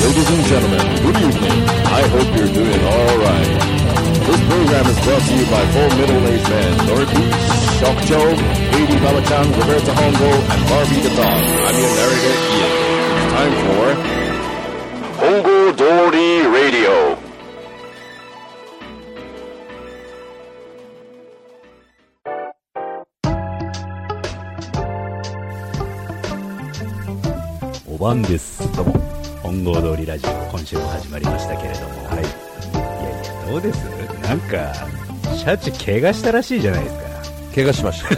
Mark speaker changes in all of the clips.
Speaker 1: Ladies and gentlemen, good evening. I hope you're doing all right. This program is brought to you by four middle-aged men, Dorothy, Shock Joe, Baby Balachan, Roberta Hongo, and Barbie the Dog. I'm your narrator, Ian. It's time for Hongo Dory Radio.
Speaker 2: おばんです。どうも。本郷通りラジオ、今週も始まりましたけれども。はい。いやいや、どうですなんか、シャチ怪我したらしいじゃないです
Speaker 3: 怪我し ました、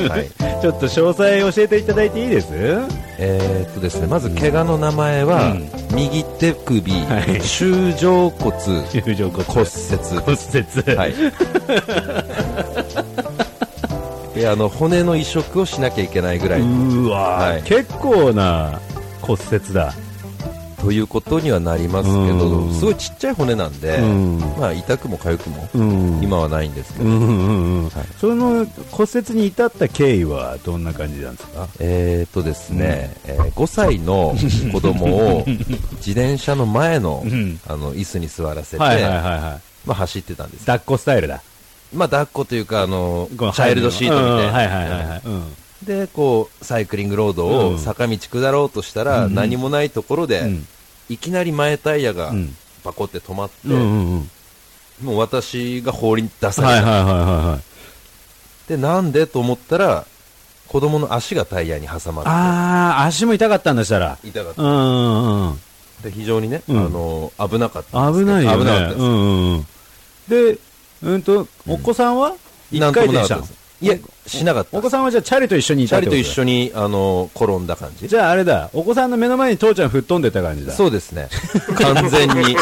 Speaker 3: ねはい
Speaker 2: か。ちょっと詳細教えていただいていいです
Speaker 3: えーっとですね、まず怪我の名前は、右手首、
Speaker 2: はい
Speaker 3: 中上骨骨
Speaker 2: 友情骨折。
Speaker 3: 折、
Speaker 2: 骨折。
Speaker 3: はい、であの骨の移植をしなきゃいけないぐら
Speaker 2: う
Speaker 3: い
Speaker 2: ーわー、
Speaker 3: はい
Speaker 2: 結構な骨折だ。
Speaker 3: ということにはなりますけ
Speaker 2: う
Speaker 3: ど
Speaker 2: ん
Speaker 3: すごいちっちゃい骨なんで、
Speaker 2: うん
Speaker 3: まあ、痛くも痒くも
Speaker 2: うん。
Speaker 3: 今はないんですけ
Speaker 2: う
Speaker 3: ど、
Speaker 2: んうんうん。
Speaker 3: はい
Speaker 2: その骨折に至った経緯はどんな感じなんですか
Speaker 3: えーっとですね、えー5歳の子供を自転車の前の
Speaker 2: うん
Speaker 3: あの椅子に座らせて、
Speaker 2: はいはいはいはい。
Speaker 3: まあ、走ってたんです
Speaker 2: 抱っこスタイルだ。
Speaker 3: まあ、抱っこというか、あの、チ
Speaker 2: この
Speaker 3: ャイルドシートみたいな。
Speaker 2: うんはいはいはいはい。うん
Speaker 3: で、こう、サイクリングロード
Speaker 2: うん
Speaker 3: を坂道下ろうとしたら、
Speaker 2: うん
Speaker 3: 何もないところで、
Speaker 2: うん
Speaker 3: いきなり前タイヤが
Speaker 2: うん
Speaker 3: パコって止まって、
Speaker 2: うんうんうん。
Speaker 3: もう私が放り出され
Speaker 2: はいはい
Speaker 3: た。
Speaker 2: はいはいはい。
Speaker 3: で、なんでと思ったら、子供の足がタイヤに挟まっ
Speaker 2: ああ、足も痛かったんだしたら。
Speaker 3: て、痛かっ
Speaker 2: うんうんうん。
Speaker 3: た。で、非常にね、
Speaker 2: うん
Speaker 3: あの、危なかったんです
Speaker 2: 危
Speaker 3: けど。
Speaker 2: ないよね。
Speaker 3: 危なかったです
Speaker 2: うんうんうん。で、うんと、お子さんは一
Speaker 3: なんと
Speaker 2: 回
Speaker 3: も
Speaker 2: 転し
Speaker 3: なかったた
Speaker 2: の
Speaker 3: です。いや、しなかった
Speaker 2: お。子さんはじゃあチャリと一緒にい
Speaker 3: チ
Speaker 2: たっ
Speaker 3: ャ
Speaker 2: て
Speaker 3: リ
Speaker 2: こととだ
Speaker 3: 一緒に、あの、転んだ感じ。
Speaker 2: じゃああれだ、お子さんの目の前に父ちゃん吹っ飛んでった感じだ。
Speaker 3: そうですね。完全に。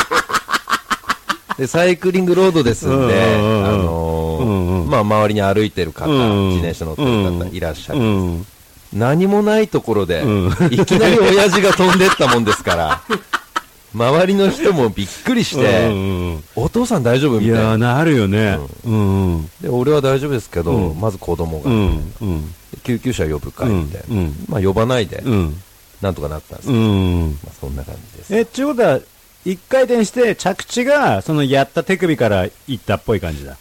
Speaker 3: で、サイクリングロードですんで、
Speaker 2: うんうんうん
Speaker 3: あのー
Speaker 2: うんうん
Speaker 3: まあ、周りに歩いてる方、
Speaker 2: うんうん
Speaker 3: 自転車乗ってる方いらっしゃる。
Speaker 2: うん。
Speaker 3: 何もないところで、
Speaker 2: うん
Speaker 3: いきなり親父が飛んでったもんですから、周りの人もびっくりして、
Speaker 2: うんうんうん
Speaker 3: お父さん大丈夫
Speaker 2: い
Speaker 3: みたい
Speaker 2: やー、
Speaker 3: な。
Speaker 2: なるよね。うんうん。
Speaker 3: で、俺は大丈夫ですけど、
Speaker 2: うん
Speaker 3: まず子供が、
Speaker 2: うんうん。
Speaker 3: 救急車呼ぶかいみたいな。
Speaker 2: うんうん
Speaker 3: まあ、呼ばないで、
Speaker 2: うん。
Speaker 3: なんとかなったんです、
Speaker 2: うん。
Speaker 3: まあ、そんな感じです。
Speaker 2: え、っていうことは、一回転して着地が、そのやった手首からいったっぽい感じだ。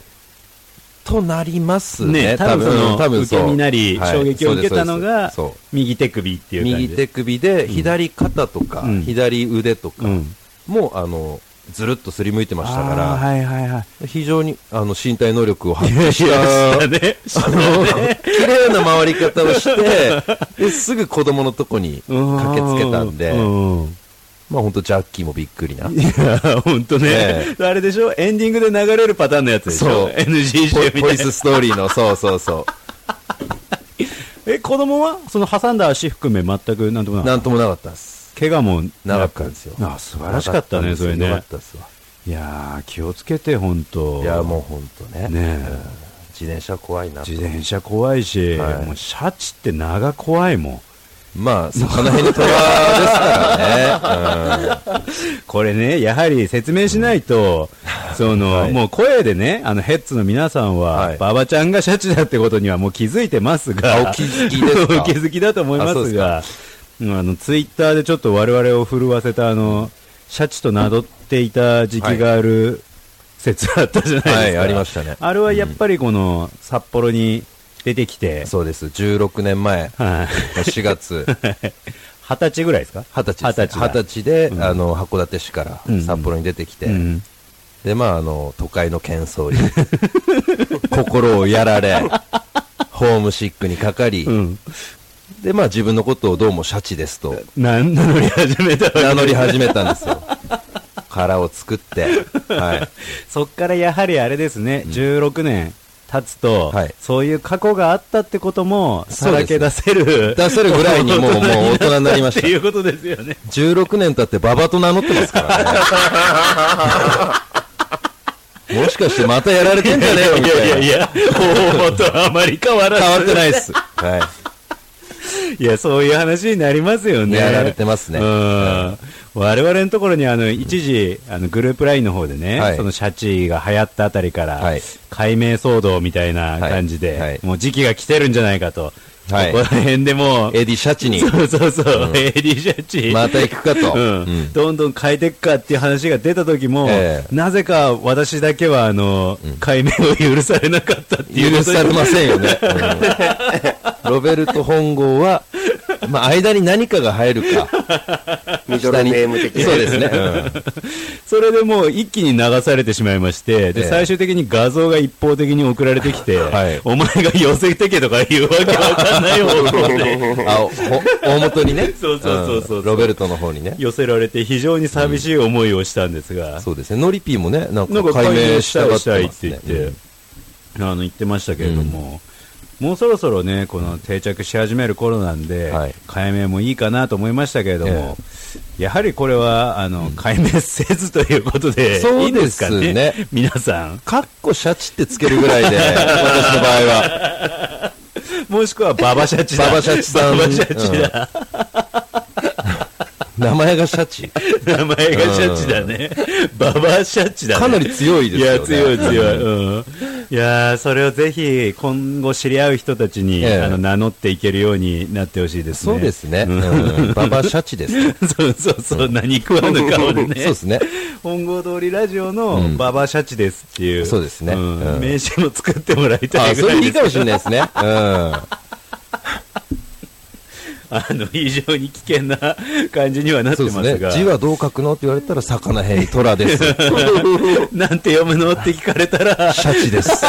Speaker 3: となりますね。
Speaker 2: ね、多分その、
Speaker 3: 多分
Speaker 2: 受け身なり、
Speaker 3: はい
Speaker 2: 衝撃を受けたのが
Speaker 3: そうですそうです、
Speaker 2: 右手首ってい
Speaker 3: そうう
Speaker 2: 感じ
Speaker 3: 右手首で、左肩とか、
Speaker 2: うん
Speaker 3: 左腕とか、
Speaker 2: うん。
Speaker 3: もう、あの、ずるっとすりむいてましたから、
Speaker 2: あーはいはいはい。
Speaker 3: 非常に、あの、身体能力を発
Speaker 2: いや
Speaker 3: 揮し
Speaker 2: した
Speaker 3: た、
Speaker 2: ね。
Speaker 3: あの、綺麗な回り方をして、ですぐ子供のとこに 駆けつけたんで、
Speaker 2: うん
Speaker 3: まあ本当ジャッキーもびっくりな。
Speaker 2: いや、ほんとね
Speaker 3: ね。
Speaker 2: あれでしょエンディングで流れるパターンのやつでし
Speaker 3: そ
Speaker 2: ょ
Speaker 3: う
Speaker 2: ?NG 集
Speaker 3: ポ
Speaker 2: み
Speaker 3: ポ
Speaker 2: た
Speaker 3: イ
Speaker 2: いな
Speaker 3: ス。ストーリーの、そうそうそ
Speaker 2: え、子供はその挟んだ足含め全くなんとも
Speaker 3: う。
Speaker 2: な。
Speaker 3: ないんともなかったです。
Speaker 2: 怪我も
Speaker 3: なかったんですよ。
Speaker 2: あ、素晴らしかったね、それ
Speaker 3: なか
Speaker 2: ね
Speaker 3: っ。たんですよよかったです
Speaker 2: いやー、気をつけて、ほんと。
Speaker 3: わ。いや、もう本当ね。
Speaker 2: ねえ
Speaker 3: うん自転車怖いなと
Speaker 2: 自転車怖いし、
Speaker 3: はい
Speaker 2: もうシャチって名が怖いもん。
Speaker 3: まあ、魚への虎です からね。
Speaker 2: これね、やはり説明しない と、その、
Speaker 3: はい
Speaker 2: もう声でね、あの、ヘッズの皆さんは、
Speaker 3: はい
Speaker 2: 馬場ちゃんがシャチだってことにはもう気づいてますが、
Speaker 3: あお気づきです か
Speaker 2: お気づきだと思いま
Speaker 3: あそうですす
Speaker 2: が
Speaker 3: か、
Speaker 2: うんあの、ツイッターでちょっと我々を震わせた、あの、シャチと名乗っていた時期がある説あったじゃないですか。
Speaker 3: はいありましたね
Speaker 2: あれはやっぱりこの、札幌に出てき
Speaker 3: う
Speaker 2: て
Speaker 3: ん、そうです。16年前
Speaker 2: はい
Speaker 3: の4月、
Speaker 2: 二十歳ぐらいですか
Speaker 3: 20歳です。
Speaker 2: だ
Speaker 3: 20歳で、あの、函館市から
Speaker 2: うん
Speaker 3: 札幌に出てきて、
Speaker 2: うん
Speaker 3: で、まあ、あの、都会の喧騒に、 心をやられ、ホームシックにかかり、
Speaker 2: うん。
Speaker 3: で、まあ、自分のことをどうもシャチで すと、
Speaker 2: なん名乗り始めたわけ
Speaker 3: 名乗り始めたんですよ。殻を作って、はい。
Speaker 2: そっからやはりあれですね、16年経つと、
Speaker 3: はい
Speaker 2: そういう過去があったってことも、さ
Speaker 3: そう
Speaker 2: ら
Speaker 3: です
Speaker 2: け出せる。
Speaker 3: 出せるぐらいにもう、もう大人になりま
Speaker 2: っ
Speaker 3: してた
Speaker 2: い。うことですよね。
Speaker 3: 16年経って馬場と名乗ってますから ね。もしかしてまたやられてんじゃねえよみ
Speaker 2: い
Speaker 3: た
Speaker 2: やい
Speaker 3: いな。
Speaker 2: や、方法とあまり変わらず。
Speaker 3: 変わってないっす。はい。
Speaker 2: いや、そういう話になりますよね。
Speaker 3: やられてますね
Speaker 2: うん。我々のところに、あの、一時、あの、グループラインの方でね、
Speaker 3: はい
Speaker 2: そのシャチが流行ったあたりから、
Speaker 3: はい
Speaker 2: 解明騒動みたいな感じで、
Speaker 3: はいはい
Speaker 2: もう時期が来てるんじゃないかと、
Speaker 3: はい
Speaker 2: ここら辺でもう、
Speaker 3: エディ・シャチ に、
Speaker 2: そうそうそう、
Speaker 3: うん
Speaker 2: エディシャチ。
Speaker 3: また行くかと。
Speaker 2: うん
Speaker 3: うん
Speaker 2: どんどん変えていくかっていう話が出た時も、
Speaker 3: え
Speaker 2: なぜか私だけはあの、解明を許されなかったっていう
Speaker 3: 許
Speaker 2: ことに
Speaker 3: されませんよね。うんロベルト本郷は、まあ、間に何かが入るか。
Speaker 4: ミドルネーム的な
Speaker 3: そうですね。
Speaker 2: それでもう一気に流されてしまいまして、で、
Speaker 3: ええ
Speaker 2: 最終的に画像が一方的に送られてきて、
Speaker 3: はい
Speaker 2: お前が寄せてけとか言うわけわかんないよ
Speaker 3: うんあほ大元にね。
Speaker 2: そうそうそうそうん
Speaker 3: ロベルトの方にね。
Speaker 2: 寄せられて非常に寂しい思いをしたんですが、
Speaker 3: そうですね。ノリピーもね、なん
Speaker 2: な
Speaker 3: か
Speaker 2: んか
Speaker 3: 解
Speaker 2: 解
Speaker 3: 明
Speaker 2: 明
Speaker 3: し
Speaker 2: したた
Speaker 3: が
Speaker 2: い
Speaker 3: っ
Speaker 2: した
Speaker 3: て
Speaker 2: いっ
Speaker 3: ます
Speaker 2: て
Speaker 3: ね
Speaker 2: 言っ。て、あの言ってましたけれども、もうそろそろねこの定着し始める頃なんで、
Speaker 3: はい
Speaker 2: 解明もいいかなと思いましたけれども、やはりこれはあの、解明せずということで
Speaker 3: そう
Speaker 2: いいんですかね
Speaker 3: ですね
Speaker 2: 皆さん
Speaker 3: かっこシャチってつけるぐら いで、私の場合は、
Speaker 2: もしくはババシャチだ
Speaker 3: ババシャチさん。
Speaker 2: ババシャチだ、
Speaker 3: うん名前がシャチ。
Speaker 2: 名前がシャチだね、ババシャチだね
Speaker 3: かなり強い
Speaker 2: い
Speaker 3: ですよ
Speaker 2: や、
Speaker 3: ね。
Speaker 2: 強い強い。うん。いやーそれをぜひ、今後知り合う人たちに、
Speaker 3: ええ
Speaker 2: あの、名乗っていけるようになってほしいですね。
Speaker 3: そうですね。
Speaker 2: うん
Speaker 3: うんババシャチです。そ
Speaker 2: そ
Speaker 3: う
Speaker 2: うそうそう、何食わぬ顔 でね。
Speaker 3: ですね。
Speaker 2: 本郷通りラジオのババシャチですっていう、
Speaker 3: そうですね
Speaker 2: ん
Speaker 3: うん
Speaker 2: 名刺も作ってもらいた
Speaker 3: あ、
Speaker 2: い
Speaker 3: そ
Speaker 2: ぐら
Speaker 3: れい
Speaker 2: い
Speaker 3: い
Speaker 2: で
Speaker 3: か
Speaker 2: す
Speaker 3: もしれないですね。うん。
Speaker 2: あの非常に危険な感じにはなって
Speaker 3: そう
Speaker 2: ま
Speaker 3: ですすね。
Speaker 2: が
Speaker 3: 字はどう書くのって言われたら、魚へに虎です。
Speaker 2: なんて読むのって聞かれたら
Speaker 3: シャチです。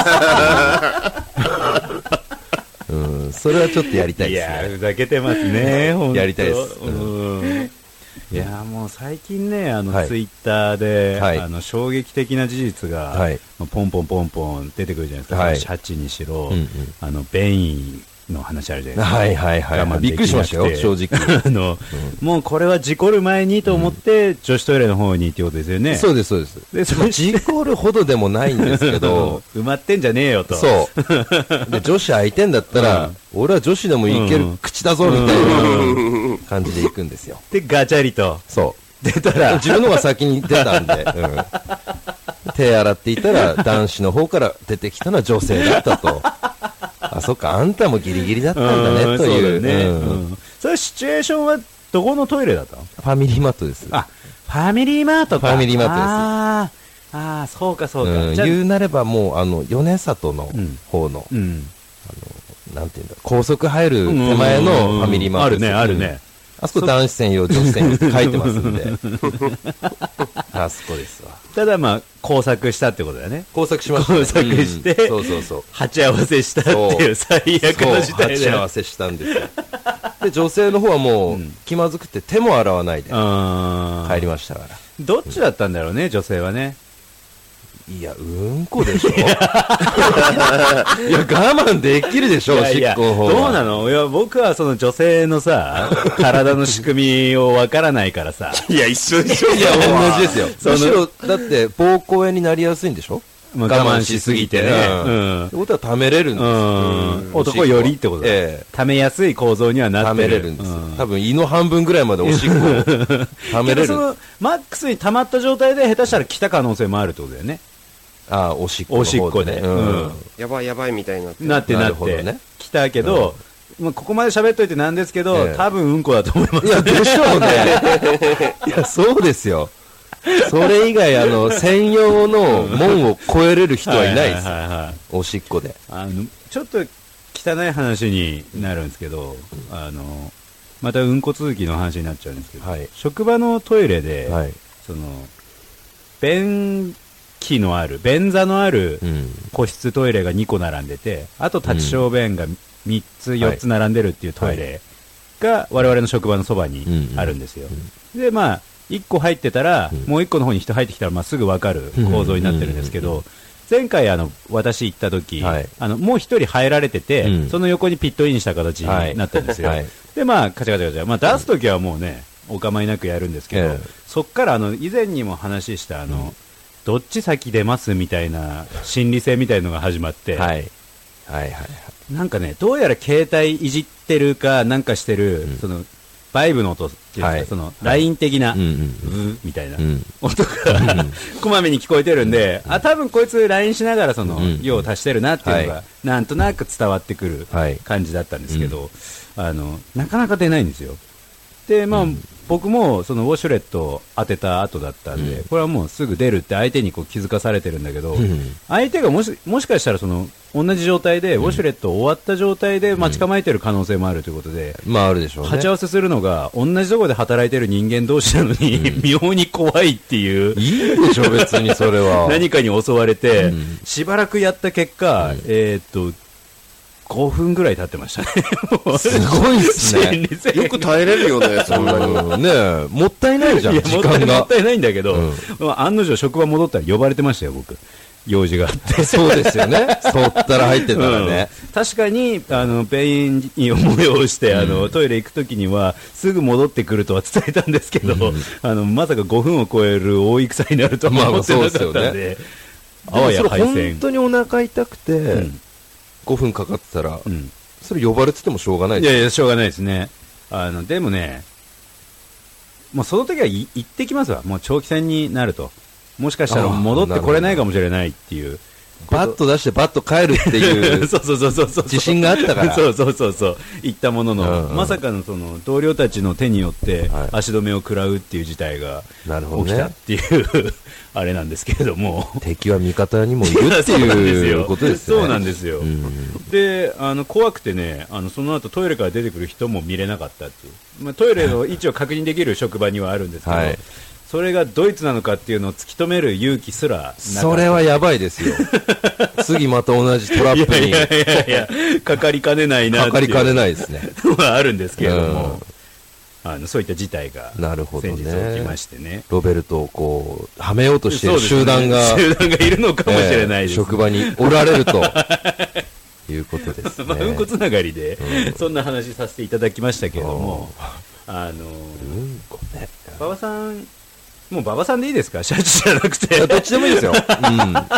Speaker 3: うん、それはちょっとやりたい
Speaker 2: い
Speaker 3: です
Speaker 2: やー
Speaker 3: ね。
Speaker 2: ふざけてますね、ほんと
Speaker 3: やりたいですう
Speaker 2: うんいやーもう最近ね、あの
Speaker 3: はい
Speaker 2: ツイッターで、
Speaker 3: はい
Speaker 2: あの衝撃的な事実が、
Speaker 3: はい
Speaker 2: まあポンポンポンポン出てくるじゃないですか、
Speaker 3: はい
Speaker 2: そのシャチにしろ、
Speaker 3: うんうん
Speaker 2: あのベインの話あるじゃないですか。
Speaker 3: はいはいはい
Speaker 2: 我
Speaker 3: はい。
Speaker 2: 慢できなくて
Speaker 3: びっくりしましたよ、正直。
Speaker 2: あのもうこれは事故る前にと思って、女子トイレの方にってことですよね。
Speaker 3: そう です、そうです。
Speaker 2: でそ
Speaker 3: まあ
Speaker 2: して
Speaker 3: 事故るほどでもないんですけど、
Speaker 2: 埋まってんじゃねえよと。
Speaker 3: そう。で、女子空いてんだったら、俺は女子でもいけ
Speaker 2: う
Speaker 3: る
Speaker 2: ん
Speaker 3: 口だぞ、みたいな感じで行くんですよ。
Speaker 2: で、ガチャリと。
Speaker 3: そう。出たら。自分の方が先に出たん で、うん手洗っていたら、男子の方から出てきたのは女性だったと。あ、そっか、あんたもギリギリだったんだ
Speaker 2: う
Speaker 3: ね、
Speaker 2: ん
Speaker 3: という。
Speaker 2: そうだね、
Speaker 3: うん
Speaker 2: うんそれシチュエーションはどこのトイレだったの
Speaker 3: ファミリーマットです。
Speaker 2: あ、ファミリーマートか。
Speaker 3: ファミリーマートです
Speaker 2: あーあー、そうかそうか。
Speaker 3: うん
Speaker 2: じゃあ、
Speaker 3: 言うなればもう、あの、米里の
Speaker 2: うん
Speaker 3: 方の、
Speaker 2: うん。
Speaker 3: なんていうんだろう、高速入る手前のファミリーマート
Speaker 2: ある
Speaker 3: です
Speaker 2: ね、あるね。。
Speaker 3: あそこ男子専用、女子専用って書いてますんで。あそこですわ。
Speaker 2: ただまあ、工作したってことだよ ね。
Speaker 3: 工作しましたね、
Speaker 2: 工作して
Speaker 3: うんそうそうそう。
Speaker 2: 鉢合わせしたっていう最悪の事態
Speaker 3: そう
Speaker 2: だ
Speaker 3: 鉢合
Speaker 2: よ
Speaker 3: わ。せしたんですよで女性の方はもう気まずくて手も洗わないで
Speaker 2: あー
Speaker 3: 帰りましたから
Speaker 2: どっちだったんだろうね、女性はね。
Speaker 3: いやうんこでしょ いや我慢できるでしょ
Speaker 2: い
Speaker 3: お
Speaker 2: や
Speaker 3: し
Speaker 2: い
Speaker 3: っ
Speaker 2: や
Speaker 3: この方
Speaker 2: どうな
Speaker 3: の
Speaker 2: のいや、僕はその女性の さ、体の仕組みをわからないからさ。
Speaker 4: いや、一緒でしょ。
Speaker 3: いや同じですよ
Speaker 2: その
Speaker 3: むしろだって膀胱炎になりやすいんでしょ
Speaker 2: まあ我慢しすぎてね
Speaker 3: うん
Speaker 2: うん
Speaker 3: ってことはためれるんですよ
Speaker 2: うん男よりってことだ、
Speaker 3: ええ
Speaker 2: ためやすい構造にはな
Speaker 3: た
Speaker 2: って
Speaker 3: め
Speaker 2: る
Speaker 3: れるんです
Speaker 2: う
Speaker 3: よ多分胃の半分ぐらいまでおし っこをためれ
Speaker 2: けど
Speaker 3: る
Speaker 2: そのマックスに溜まった状態で下手したら来た可能性もあるってことだよね、
Speaker 3: ああおしっこの
Speaker 2: おしっこ
Speaker 3: 方
Speaker 2: で
Speaker 3: でね
Speaker 2: うん
Speaker 4: やばいやばいみたいになって。
Speaker 2: なってな
Speaker 3: なる
Speaker 2: っ
Speaker 3: ほど
Speaker 2: て、
Speaker 3: ね
Speaker 2: 来たけど、まあ、ここまで喋っといてなんですけど、
Speaker 3: ええ
Speaker 2: 多分うんこだと思いま
Speaker 3: い
Speaker 2: す
Speaker 3: や、でしょうね。 いや、そうですよ。それ以外、あの、専用の門を越えれる人はいないです
Speaker 2: は。はは
Speaker 3: おしっこで。
Speaker 2: あのちょっと汚い話になるんですけど、あのまたうんこ続きの話になっちゃうんですけど、
Speaker 3: はい
Speaker 2: 職場のトイレで、
Speaker 3: はい。
Speaker 2: その便器のある便座のある、
Speaker 3: うん。
Speaker 2: 個室トイレが2個並んでて、あと立ち小便が3つ、4つ並んでるっていうトイレが我々の職場のそばにあるんですよ。で、まあ、1個入ってたら、
Speaker 3: ん
Speaker 2: もう1個の方に人入ってきたら、まあ、すぐ分かる構造になってるんですけど、前回あの、私行った時、
Speaker 3: はい
Speaker 2: あのもう1人入られてて、
Speaker 3: うん
Speaker 2: その横にピットインした形になってるんですよ。
Speaker 3: はいはい
Speaker 2: で、まあ、カチャカチャカチャ、まあ、出す時はもうね、お構いなくやるんですけど、
Speaker 3: ええ
Speaker 2: そっからあの以前にも話したあの、どっち先出ますみたいな心理戦みたいのが始まって、
Speaker 3: はい。はいはいはい。
Speaker 2: なんかね、どうやら携帯いじってるかなんかしてる、そのバイブの音っていうか、
Speaker 3: はい
Speaker 2: その、ライン的な、
Speaker 3: うんうん
Speaker 2: ブーみたいな
Speaker 3: うん
Speaker 2: 音が、こまめに聞こえてるんで、あ、多分こいつラインしながらその
Speaker 3: うん、
Speaker 2: 用を足してるなっていうの
Speaker 3: は
Speaker 2: が、なんとなく伝わってくる
Speaker 3: はい
Speaker 2: 感じだったんですけど、あの、なかなか出ないんですよ。で、まあ、僕もそのウォシュレットを当てた後だったんで、これはもうすぐ出るって相手にこう気づかされてるんだけど、
Speaker 3: うん
Speaker 2: 相手がもしもしかしたらその同じ状態で、ウォシュレット終わった状態で待ち構えてる可能性もあるということで、
Speaker 3: まああるでしょうね
Speaker 2: 鉢合わせするのが同じところで働いてる人間同士なのに、 妙に怖いっていう
Speaker 3: いいでしょ別にそれ は
Speaker 2: 何かに襲われて、
Speaker 3: うん
Speaker 2: しばらくやった結果、えーっと5分ぐらい経ってましたねもう
Speaker 3: すごいっすね
Speaker 2: 心理戦
Speaker 4: よく耐えれるよね、そんなに。
Speaker 3: うんねえもったいないじゃん
Speaker 2: いや
Speaker 3: 時
Speaker 2: もった
Speaker 3: 間
Speaker 2: いも
Speaker 3: が
Speaker 2: ったいないんだけど、
Speaker 3: うん
Speaker 2: まあ案の定職場戻ったら呼ばれてましたよ僕用事があって
Speaker 3: そうですよねそったら入ってたらね
Speaker 2: うん確かにあのペインに思いをしてあの、トイレ行くときにはすぐ戻ってくるとは伝えたんですけど、あのまさか5分を超える大戦になると
Speaker 3: まあ
Speaker 2: は
Speaker 3: ま
Speaker 2: 思
Speaker 3: あ
Speaker 2: ってなかったんで,、
Speaker 3: そうで
Speaker 2: あわや
Speaker 3: でもそ
Speaker 2: 敗
Speaker 3: れ
Speaker 2: 戦
Speaker 3: 本、当にお腹痛く
Speaker 2: う
Speaker 3: て
Speaker 2: ん
Speaker 3: 5分かかってたら
Speaker 2: うん
Speaker 3: それ呼ばれててもしょうがない
Speaker 2: い
Speaker 3: です
Speaker 2: やいやしょうがないですねあのでもねもうその時はい行ってきますわもう長期戦になるともしかしたら
Speaker 3: あー
Speaker 2: 戻ってこれないかもしれないっていう
Speaker 3: バッと出してバッと帰るっていう
Speaker 2: そうそうそうそうそう
Speaker 3: 自信があったか ら
Speaker 2: そうそうそうそう言ったものの、
Speaker 3: うんうん
Speaker 2: まさかのその同僚たちの手によって
Speaker 3: はい
Speaker 2: 足止めを食らうっていう事態が
Speaker 3: なるほど
Speaker 2: 起きたっ
Speaker 3: ね
Speaker 2: ていう あれなんですけれども
Speaker 3: 敵は味方にもいるって
Speaker 2: そうなんです
Speaker 3: い
Speaker 2: よ
Speaker 3: うことですね
Speaker 2: そうなんですよ、
Speaker 3: うん
Speaker 2: であの怖くてねあのその後トイレから出てくる人も見れなかったっていう、まあ、トイレの位置を確認できる職場にはあるんですけど、
Speaker 3: はい
Speaker 2: それがドイツなのかっていうのを突き止める勇気すらなかった
Speaker 3: それはやばいで すよ次また同じト
Speaker 2: い
Speaker 3: ラップ
Speaker 2: やい
Speaker 3: に
Speaker 2: やいやいやかかりかねないなっ
Speaker 3: か
Speaker 2: て
Speaker 3: か
Speaker 2: い
Speaker 3: り
Speaker 2: う
Speaker 3: かねないですね
Speaker 2: はあるんですけれども、あのそういった事態が
Speaker 3: なるほど
Speaker 2: 先
Speaker 3: ね
Speaker 2: 日起きましてね。
Speaker 3: ロベルトをこうはめようとしている
Speaker 2: そうですね
Speaker 3: 集団 が
Speaker 2: 集団がいるのかもしれないで
Speaker 3: えー
Speaker 2: す、
Speaker 3: 職場におられるということですね。
Speaker 2: まあ、うんこつながりで、 そんな話させていただきましたけれども、あの、
Speaker 3: うんこね。
Speaker 2: 馬場さん、もう馬場さんでいいですかシャチじゃなく
Speaker 3: い
Speaker 2: て
Speaker 3: や。どっちでもいいですよ。うん。バ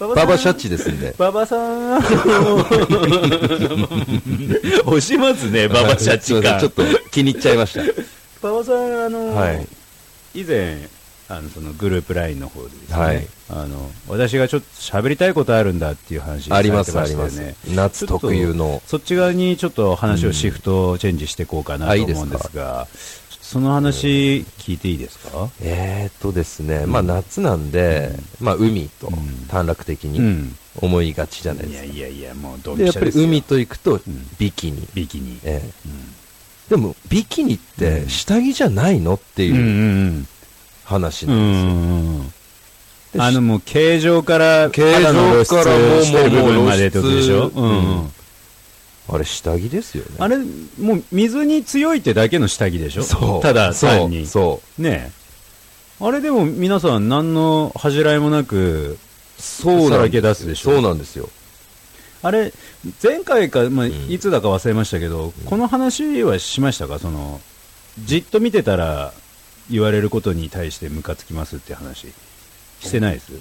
Speaker 2: 馬
Speaker 3: バシ
Speaker 2: さ
Speaker 3: ャ
Speaker 2: ん
Speaker 3: ッチですんで。
Speaker 2: 馬場さん、 押しますね、馬場シャチ
Speaker 3: は
Speaker 2: 感
Speaker 3: いすいませんちょっと気に入っちゃいました。
Speaker 2: 馬場さん、あの、
Speaker 3: はい
Speaker 2: 以前、あのそのグループラインの方でですね、
Speaker 3: はい
Speaker 2: あの私がちょっと喋りたいことあるんだっていう話
Speaker 3: あります
Speaker 2: されてしたよ
Speaker 3: あります夏特有の
Speaker 2: ちょっとそっち側にちょっと話をシフトチェンジしていこうかな
Speaker 3: あ
Speaker 2: と
Speaker 3: いいです
Speaker 2: 思
Speaker 3: か
Speaker 2: うんですが、ちょっとその話聞いていいですか、
Speaker 3: えーっとですね、まあ夏なんで、まあ海と
Speaker 2: ん
Speaker 3: 短絡的
Speaker 2: う
Speaker 3: に
Speaker 2: ん
Speaker 3: 思いがちじゃない
Speaker 2: い
Speaker 3: で
Speaker 2: や
Speaker 3: すか。
Speaker 2: いやいやもうドン
Speaker 3: で、
Speaker 2: ピ
Speaker 3: やっ
Speaker 2: シ
Speaker 3: ぱ
Speaker 2: ャで
Speaker 3: り
Speaker 2: すよ
Speaker 3: 海と行くと
Speaker 2: ん
Speaker 3: ビキニ。
Speaker 2: ビキニ、
Speaker 3: ええでもビキニって下着じゃないのって
Speaker 2: うん、うん
Speaker 3: いう
Speaker 2: うん
Speaker 3: 話
Speaker 2: うんう
Speaker 3: なん
Speaker 2: ん
Speaker 3: ですよ
Speaker 2: うんうんあのもう形状から
Speaker 3: 形状からもう
Speaker 2: 肌の露出してる部
Speaker 3: もうもう
Speaker 2: 分までってことでしょ、
Speaker 3: 露
Speaker 2: う
Speaker 3: 出
Speaker 2: んうん
Speaker 3: あれ下着ですよね。
Speaker 2: あれ、もう水に強いってだけの下着でしょ
Speaker 3: そう。
Speaker 2: ただ単に。
Speaker 3: そう。
Speaker 2: ねえ。あれでも皆さん何の恥じらいもなく、
Speaker 3: そう。そう
Speaker 2: さ
Speaker 3: な
Speaker 2: ら
Speaker 3: ん
Speaker 2: け
Speaker 3: で
Speaker 2: 出
Speaker 3: す
Speaker 2: すでしょ
Speaker 3: そうなんですよ。
Speaker 2: あれ、前回か、まあ、
Speaker 3: ん
Speaker 2: いつだか忘れましたけど、この話はしましたかその、じっと見てたら言われることに対してムカつきますって話。してないです。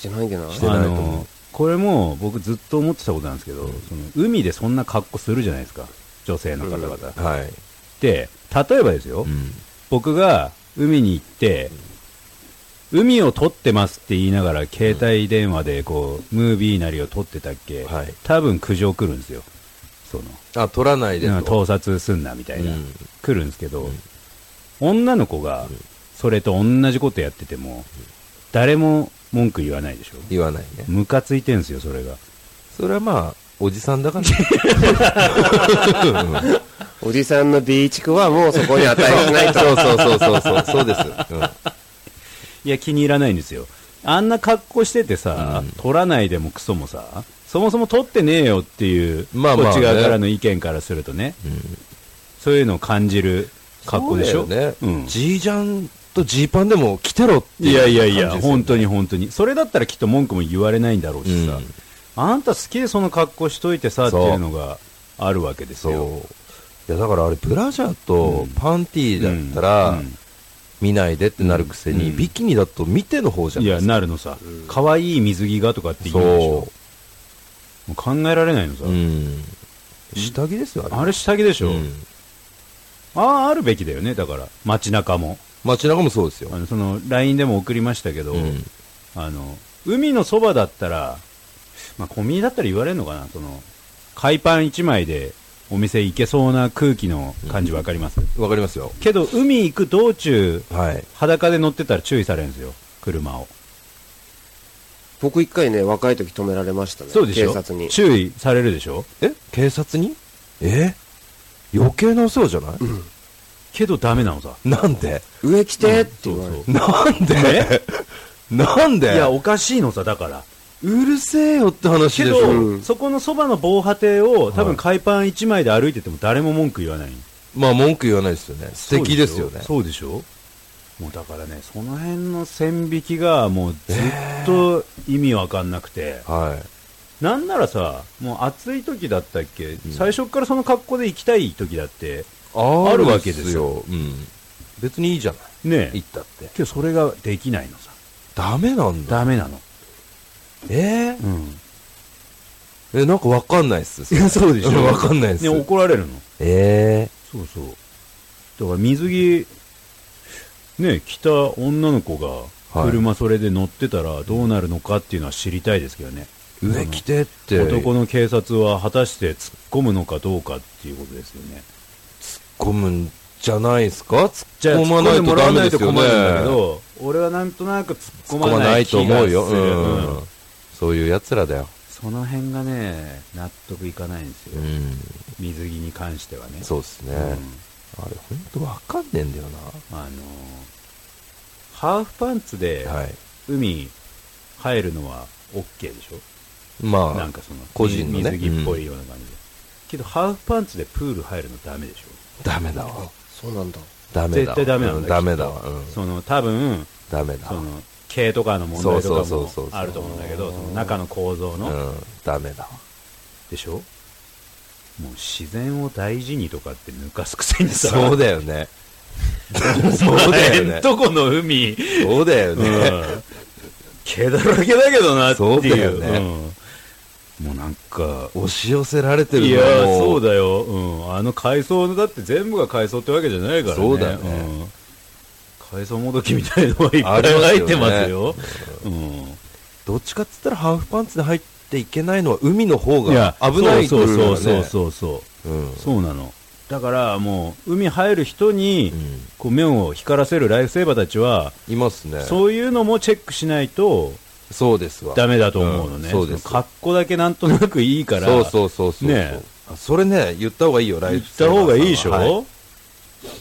Speaker 4: してないんじゃない
Speaker 3: してない
Speaker 2: あ
Speaker 3: と思う
Speaker 2: の、これも僕ずっと思ってたことなんですけど、その海でそんな格好するじゃないですか。女性の方々。
Speaker 3: はい。
Speaker 2: で、例えばですよ。
Speaker 3: うん。
Speaker 2: 僕が海に行って、海を撮ってますって言いながら、携帯電話でこう、ムービーなりを撮ってたっけ、
Speaker 3: はい
Speaker 2: 多分苦情来るんですよ。その、
Speaker 3: あ、取らないで
Speaker 2: うん
Speaker 3: と。
Speaker 2: 盗撮すんなみたいな、
Speaker 3: うん
Speaker 2: 来るんですけど、女の子が、それと同じことやってても、誰も文句言わないでしょ。
Speaker 3: 言わないね。
Speaker 2: ムカついてんすよ、それが。
Speaker 3: それはまあ、おじさんだから。
Speaker 4: おじさんの B 地区はもうそこに値しない と。
Speaker 3: そうそうそうそうそう。そうです。うん
Speaker 2: いや、気に入らないんですよ。あんな格好しててさ、撮らないでもクソもさ、そもそも撮ってねえよっていう、
Speaker 3: まあまあね
Speaker 2: こっち側からの意見からするとね、そういうのを感じる格好でしょ。
Speaker 3: そうだよ
Speaker 2: う
Speaker 3: ね
Speaker 2: ん。
Speaker 3: G ジャンとジーパンでも着てろって
Speaker 2: い
Speaker 3: いう
Speaker 2: や
Speaker 3: 感
Speaker 2: い
Speaker 3: じ
Speaker 2: や
Speaker 3: ですよね。
Speaker 2: いや、本当に本当に。それだったらきっと文句も言われないんだろうしさ、
Speaker 3: うん
Speaker 2: あんた好きでその格好しといてさって
Speaker 3: そう
Speaker 2: いうのがあるわけです
Speaker 3: そう
Speaker 2: よ。。
Speaker 3: いや、だからあれ、ブラジャーとパンティーだった
Speaker 2: うん
Speaker 3: ら
Speaker 2: うん、
Speaker 3: 見ないでってなるくせに、
Speaker 2: うん
Speaker 3: ビキニだと見ての方じゃ
Speaker 2: い
Speaker 3: ない
Speaker 2: や、
Speaker 3: ですか。
Speaker 2: なるのさ、可愛い水着がとかって言うでしょ
Speaker 3: そ。
Speaker 2: もう考えられないのさ。
Speaker 3: う。うん。下着ですよ、あれ。
Speaker 2: あれ下着でしょ。
Speaker 3: うん
Speaker 2: ああ、あるべきだよね、だから。街中も。
Speaker 3: 街中もそうですよ
Speaker 2: あ。の、その、LINE でも送りましたけど、
Speaker 3: うん
Speaker 2: あの、海のそばだったら、まあ、コンビニだったら言われるのかな、その、海パン1枚でお店行けそうな空気の感じわかります、
Speaker 3: わかりますよ。
Speaker 2: けど、海行く道中、
Speaker 3: はい。
Speaker 2: 裸で乗ってたら注意されるんですよ、車を。
Speaker 4: 僕一回ね、若い時止められましたね。
Speaker 2: そうでしょ
Speaker 4: 警察に。
Speaker 2: 注意されるでしょ
Speaker 3: え警察にえ余計なお世話じゃない、
Speaker 2: けどダメなのさ。
Speaker 3: なんで
Speaker 4: 上来てって言われて。
Speaker 3: なんで なん
Speaker 2: い
Speaker 3: で
Speaker 2: や、おかしいのさ、だから。
Speaker 3: うるせえよって
Speaker 2: け
Speaker 3: 話でし
Speaker 2: ど、
Speaker 3: ょ。
Speaker 4: うん
Speaker 2: そこのそばの防波堤を多
Speaker 3: は
Speaker 2: 分
Speaker 3: い
Speaker 2: 海パン1枚で歩いてても誰も文句言わない
Speaker 3: まあ文句言わないですよね。素敵ですよね。
Speaker 2: そうでしょもうだからねその辺の線引きがもうずっと意味わかんなくて、
Speaker 3: はい。
Speaker 2: なんならさもう暑い時だったっけ、最初からその格好で行きたい時だって
Speaker 3: あ
Speaker 2: あるわけです
Speaker 3: よ。うん。別にいいじゃない。
Speaker 2: ねえ
Speaker 3: 行ったって。
Speaker 2: けどそれができないのさ
Speaker 3: ダメなんだ。
Speaker 2: ダメなの、
Speaker 3: えーえ、なんかわかんないっす。
Speaker 2: いやそうでしょ
Speaker 3: わかんないっす
Speaker 2: ね。怒られるの
Speaker 3: え
Speaker 2: そうそうだから水着ね着た女の子が
Speaker 3: はい
Speaker 2: 車それで乗ってたらどうなるのかっていうのは知りたいですけどね、
Speaker 3: え上来てって。
Speaker 2: 男の警察は果たして突っ込むのかどうかっていうことですよね。
Speaker 3: 込むんじゃないですか突
Speaker 2: じゃあ、
Speaker 3: っ
Speaker 2: 突
Speaker 3: 込
Speaker 2: っ
Speaker 3: まな
Speaker 2: 込んで
Speaker 3: いと
Speaker 2: もら
Speaker 3: ダ
Speaker 2: わな
Speaker 3: メ
Speaker 2: い
Speaker 3: で
Speaker 2: と
Speaker 3: すよ
Speaker 2: 困
Speaker 3: ね。
Speaker 2: るんだけど、俺はなんとなく突
Speaker 3: 突
Speaker 2: っ
Speaker 3: っ
Speaker 2: 込
Speaker 3: 込
Speaker 2: ま
Speaker 3: まな
Speaker 2: ない
Speaker 3: い
Speaker 2: 気が
Speaker 3: と
Speaker 2: する。
Speaker 3: 思うよ。
Speaker 2: うん
Speaker 3: うん。そういう奴らだよ。
Speaker 2: その辺がね、納得いかないんです
Speaker 3: う
Speaker 2: よ。
Speaker 3: ん。
Speaker 2: 水着に関してはね。
Speaker 3: そうですね。
Speaker 2: うん
Speaker 3: あれ、ほんとわかんねえんだよ
Speaker 2: あのーハーフパンツで
Speaker 3: な。はい。
Speaker 2: 海入るのは OK でしょな
Speaker 3: ま
Speaker 2: んかその、
Speaker 3: 個人のね
Speaker 2: 水着っぽいような感じで。けど、ハーフパンツでプール入るのダメでしょ
Speaker 3: あ、ダメだわ。
Speaker 4: そうなんだ。
Speaker 3: ダメだ
Speaker 2: 絶
Speaker 3: わ。
Speaker 2: 対ダメなんだ
Speaker 3: う
Speaker 2: よ
Speaker 3: んダメだ
Speaker 2: きっ
Speaker 3: わ。
Speaker 2: と
Speaker 3: うん。
Speaker 2: その多分
Speaker 3: ダメだ
Speaker 2: そ
Speaker 3: わ。
Speaker 2: の系とかの問題と
Speaker 3: そうそう
Speaker 2: か
Speaker 3: そう
Speaker 2: も
Speaker 3: そう
Speaker 2: あると思うんだけどその中の構造の、
Speaker 3: うん。ダメだわ。
Speaker 2: でしょもう自然を大事にとかって抜かすくせにさ
Speaker 3: そうだよね。そうだ
Speaker 2: お
Speaker 3: よ
Speaker 2: 前ん
Speaker 3: ね。
Speaker 2: とこの海、
Speaker 3: そうだよ
Speaker 2: う
Speaker 3: ね。
Speaker 2: ん、毛だらけだけどなって
Speaker 3: そうだ
Speaker 2: い
Speaker 3: よ
Speaker 2: う
Speaker 3: ね
Speaker 2: うんもうなんか
Speaker 3: 押し寄せられてる
Speaker 2: い
Speaker 3: の
Speaker 2: やー
Speaker 3: も
Speaker 2: そうだよ、うん、あの海藻のだって全部が海藻ってわけじゃないからね
Speaker 3: そうだね
Speaker 2: ん海藻もどきみたいのはいっぱい入ってますようん
Speaker 3: どっちかっつったらハーフパンツで入っていけないのは海の方
Speaker 2: いや
Speaker 3: が危ない
Speaker 2: そうそう
Speaker 3: とい
Speaker 2: そうう
Speaker 3: かね
Speaker 2: そうそう
Speaker 3: う
Speaker 2: そうなのだからもう海入る人に
Speaker 3: んうん
Speaker 2: こう目を光らせるライフセーバーたちはい
Speaker 3: ますねそう
Speaker 2: そういうのもチェックしないと
Speaker 3: ですわ
Speaker 2: ダメだと思うのね、
Speaker 3: んそうです
Speaker 2: の格好だけなんとなくいいから
Speaker 3: そうそうそうそう
Speaker 2: ね
Speaker 3: あそれね言った方がいいよラ
Speaker 2: 言
Speaker 3: イ
Speaker 2: っ
Speaker 3: フセー
Speaker 2: た
Speaker 3: バーさん
Speaker 2: 方
Speaker 3: は
Speaker 2: がいいでしょ、
Speaker 3: は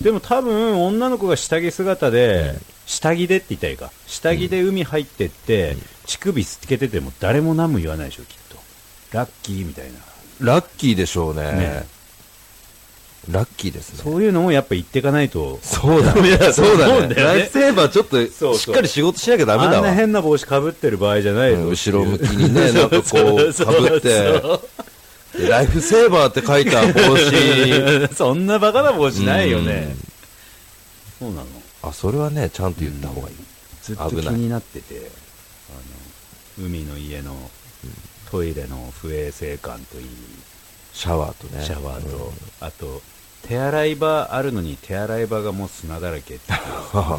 Speaker 2: でも多分女の子が下着姿で、
Speaker 3: うん
Speaker 2: 下着でって言ったらいいか下着で海入ってって、乳首つけてても誰も何も言わないでしょきっとラッキーみたいな
Speaker 3: ラッキーでしょうね
Speaker 2: ね
Speaker 3: ラッキーですね
Speaker 2: そういうのもやっぱ言っていかないと
Speaker 3: そうだ
Speaker 2: メだと思う
Speaker 3: そ
Speaker 2: ん
Speaker 3: う
Speaker 2: だよね
Speaker 3: だねライフセーバーちょっ
Speaker 2: そう
Speaker 3: としっかり仕事しなきゃダメ
Speaker 2: あ
Speaker 3: だ
Speaker 2: んな
Speaker 3: わ
Speaker 2: 変な帽子かぶってる場合じゃないぞ、
Speaker 3: うん後ろ向きにねなんかこ う
Speaker 2: そ
Speaker 3: か
Speaker 2: そ
Speaker 3: ぶっ
Speaker 2: そう
Speaker 3: てでライフセーバーって書いた帽 子
Speaker 2: そんなバカな帽子ないよね。そうなの。
Speaker 3: あそれはねちゃんと言った方がいい
Speaker 2: ずっと気
Speaker 3: 危ない
Speaker 2: になってて、あの、海の家のトイレの不衛生感といい、
Speaker 3: シャワーとね
Speaker 2: シャワーと、あと、手洗い場あるのに手洗い場がもう砂だらけっていう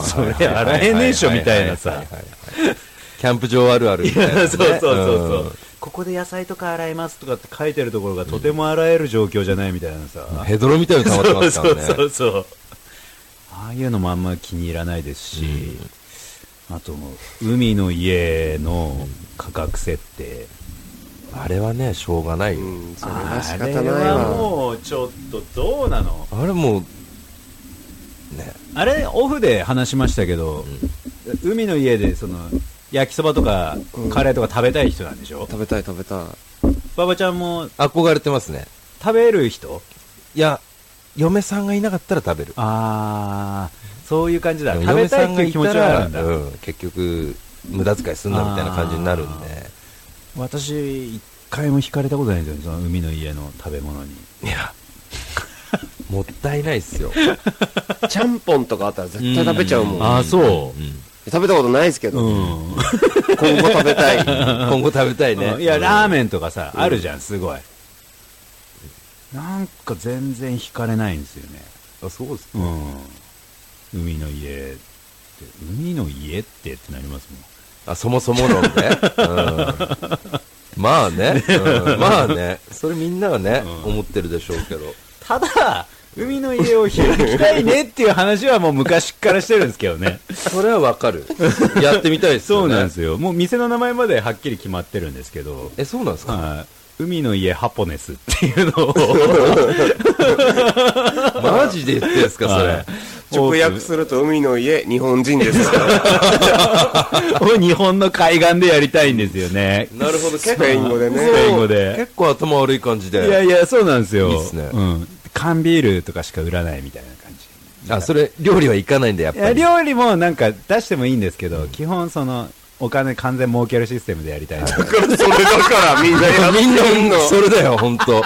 Speaker 2: それ洗えねえっしょみたいなさ。
Speaker 3: キャンプ場あるあるみ
Speaker 2: い
Speaker 3: たいなね、
Speaker 2: や そうそうそうそう、
Speaker 3: ん
Speaker 2: ここで野菜とか洗いますとかって書いてるところがとても洗える状況じゃないみたいなさ、
Speaker 3: ヘドロみたいに溜まってますからね。
Speaker 2: そうそうそうああいうのもあんま気に入らないですし、あと海の家の価格設定、
Speaker 3: あれはね、しょうがないよ。
Speaker 4: うん、それは
Speaker 2: あ
Speaker 4: 仕
Speaker 2: れ
Speaker 4: 方ない
Speaker 2: は
Speaker 4: わ。
Speaker 2: もうちょっとどうなの
Speaker 3: あれもう、ね、
Speaker 2: あれオフで話しましたけど、海の家でその焼きそばとか
Speaker 4: うん
Speaker 2: カレーとか食べたい人なんでしょ、
Speaker 4: 食べたい食べたい。
Speaker 2: 馬場ちゃんも
Speaker 3: 憧れてますね。
Speaker 2: 食べる人
Speaker 3: いや、嫁さんがいなかったら食べる。
Speaker 2: ああそういう感じだ
Speaker 3: でも
Speaker 2: 食べたいっていう気持ちはあるんだ、
Speaker 3: うん、結局、無駄遣いすんなみたいな感じになるんで。
Speaker 2: 私一回も惹かれたことないんですよねその海の家の食べ物に
Speaker 3: いや、 もったいない っすよ。
Speaker 4: ちゃんぽんとかあったら絶対食べちゃうもん。
Speaker 2: ああそ
Speaker 3: うん
Speaker 4: 食べたことないですけ
Speaker 2: う
Speaker 4: ど、
Speaker 2: うん、
Speaker 4: 今後食べ たい。
Speaker 3: 今後食べたいね。
Speaker 2: いやラーメンとかさ、あるじゃんすごいなんか全然惹かれないんですよね
Speaker 3: あ、そうです
Speaker 2: う
Speaker 3: か。
Speaker 2: ん。海の家って、海の家ってってなりますもん。
Speaker 3: あ、そもそものね。うん、まあね、うんまあね。それみんながね、
Speaker 2: うん
Speaker 3: 思ってるでしょうけど。
Speaker 2: ただ、 海の家を開きたいねっていう話はもう昔からしてるんですけどね。
Speaker 3: それはわかる。やってみたいです
Speaker 2: そ
Speaker 3: よ
Speaker 2: う
Speaker 3: ね。
Speaker 2: なんですよ。もう店の名前まではっきり決まってるんですけど、
Speaker 3: え、そうなんですか
Speaker 2: はい海の家ハポネスっていう のを、
Speaker 3: マジで言ってんですか、そ
Speaker 2: は
Speaker 3: れ
Speaker 2: い。
Speaker 4: 直訳すると海の家、日本人ですから。
Speaker 2: を日本の海岸でやりたいんですよね。
Speaker 3: なるほど、結
Speaker 4: スペイン語でね
Speaker 2: スペイン語で
Speaker 3: 結構頭悪い感じ
Speaker 2: いや
Speaker 3: で。
Speaker 2: いや、そうなんですよ。
Speaker 3: いいっすね
Speaker 2: うん。缶ビールとかしか売らないみたいな感じ。
Speaker 3: あ、それ、料理はいかないんだ、やっ
Speaker 2: い
Speaker 3: ぱ
Speaker 2: や
Speaker 3: り。
Speaker 2: 料理もなんか出してもいいんですけど、基本その、お金完全儲けるシステムでやりたいな。
Speaker 4: それだからみんなや
Speaker 3: みん
Speaker 4: ってんの
Speaker 3: な、。それだよ、本当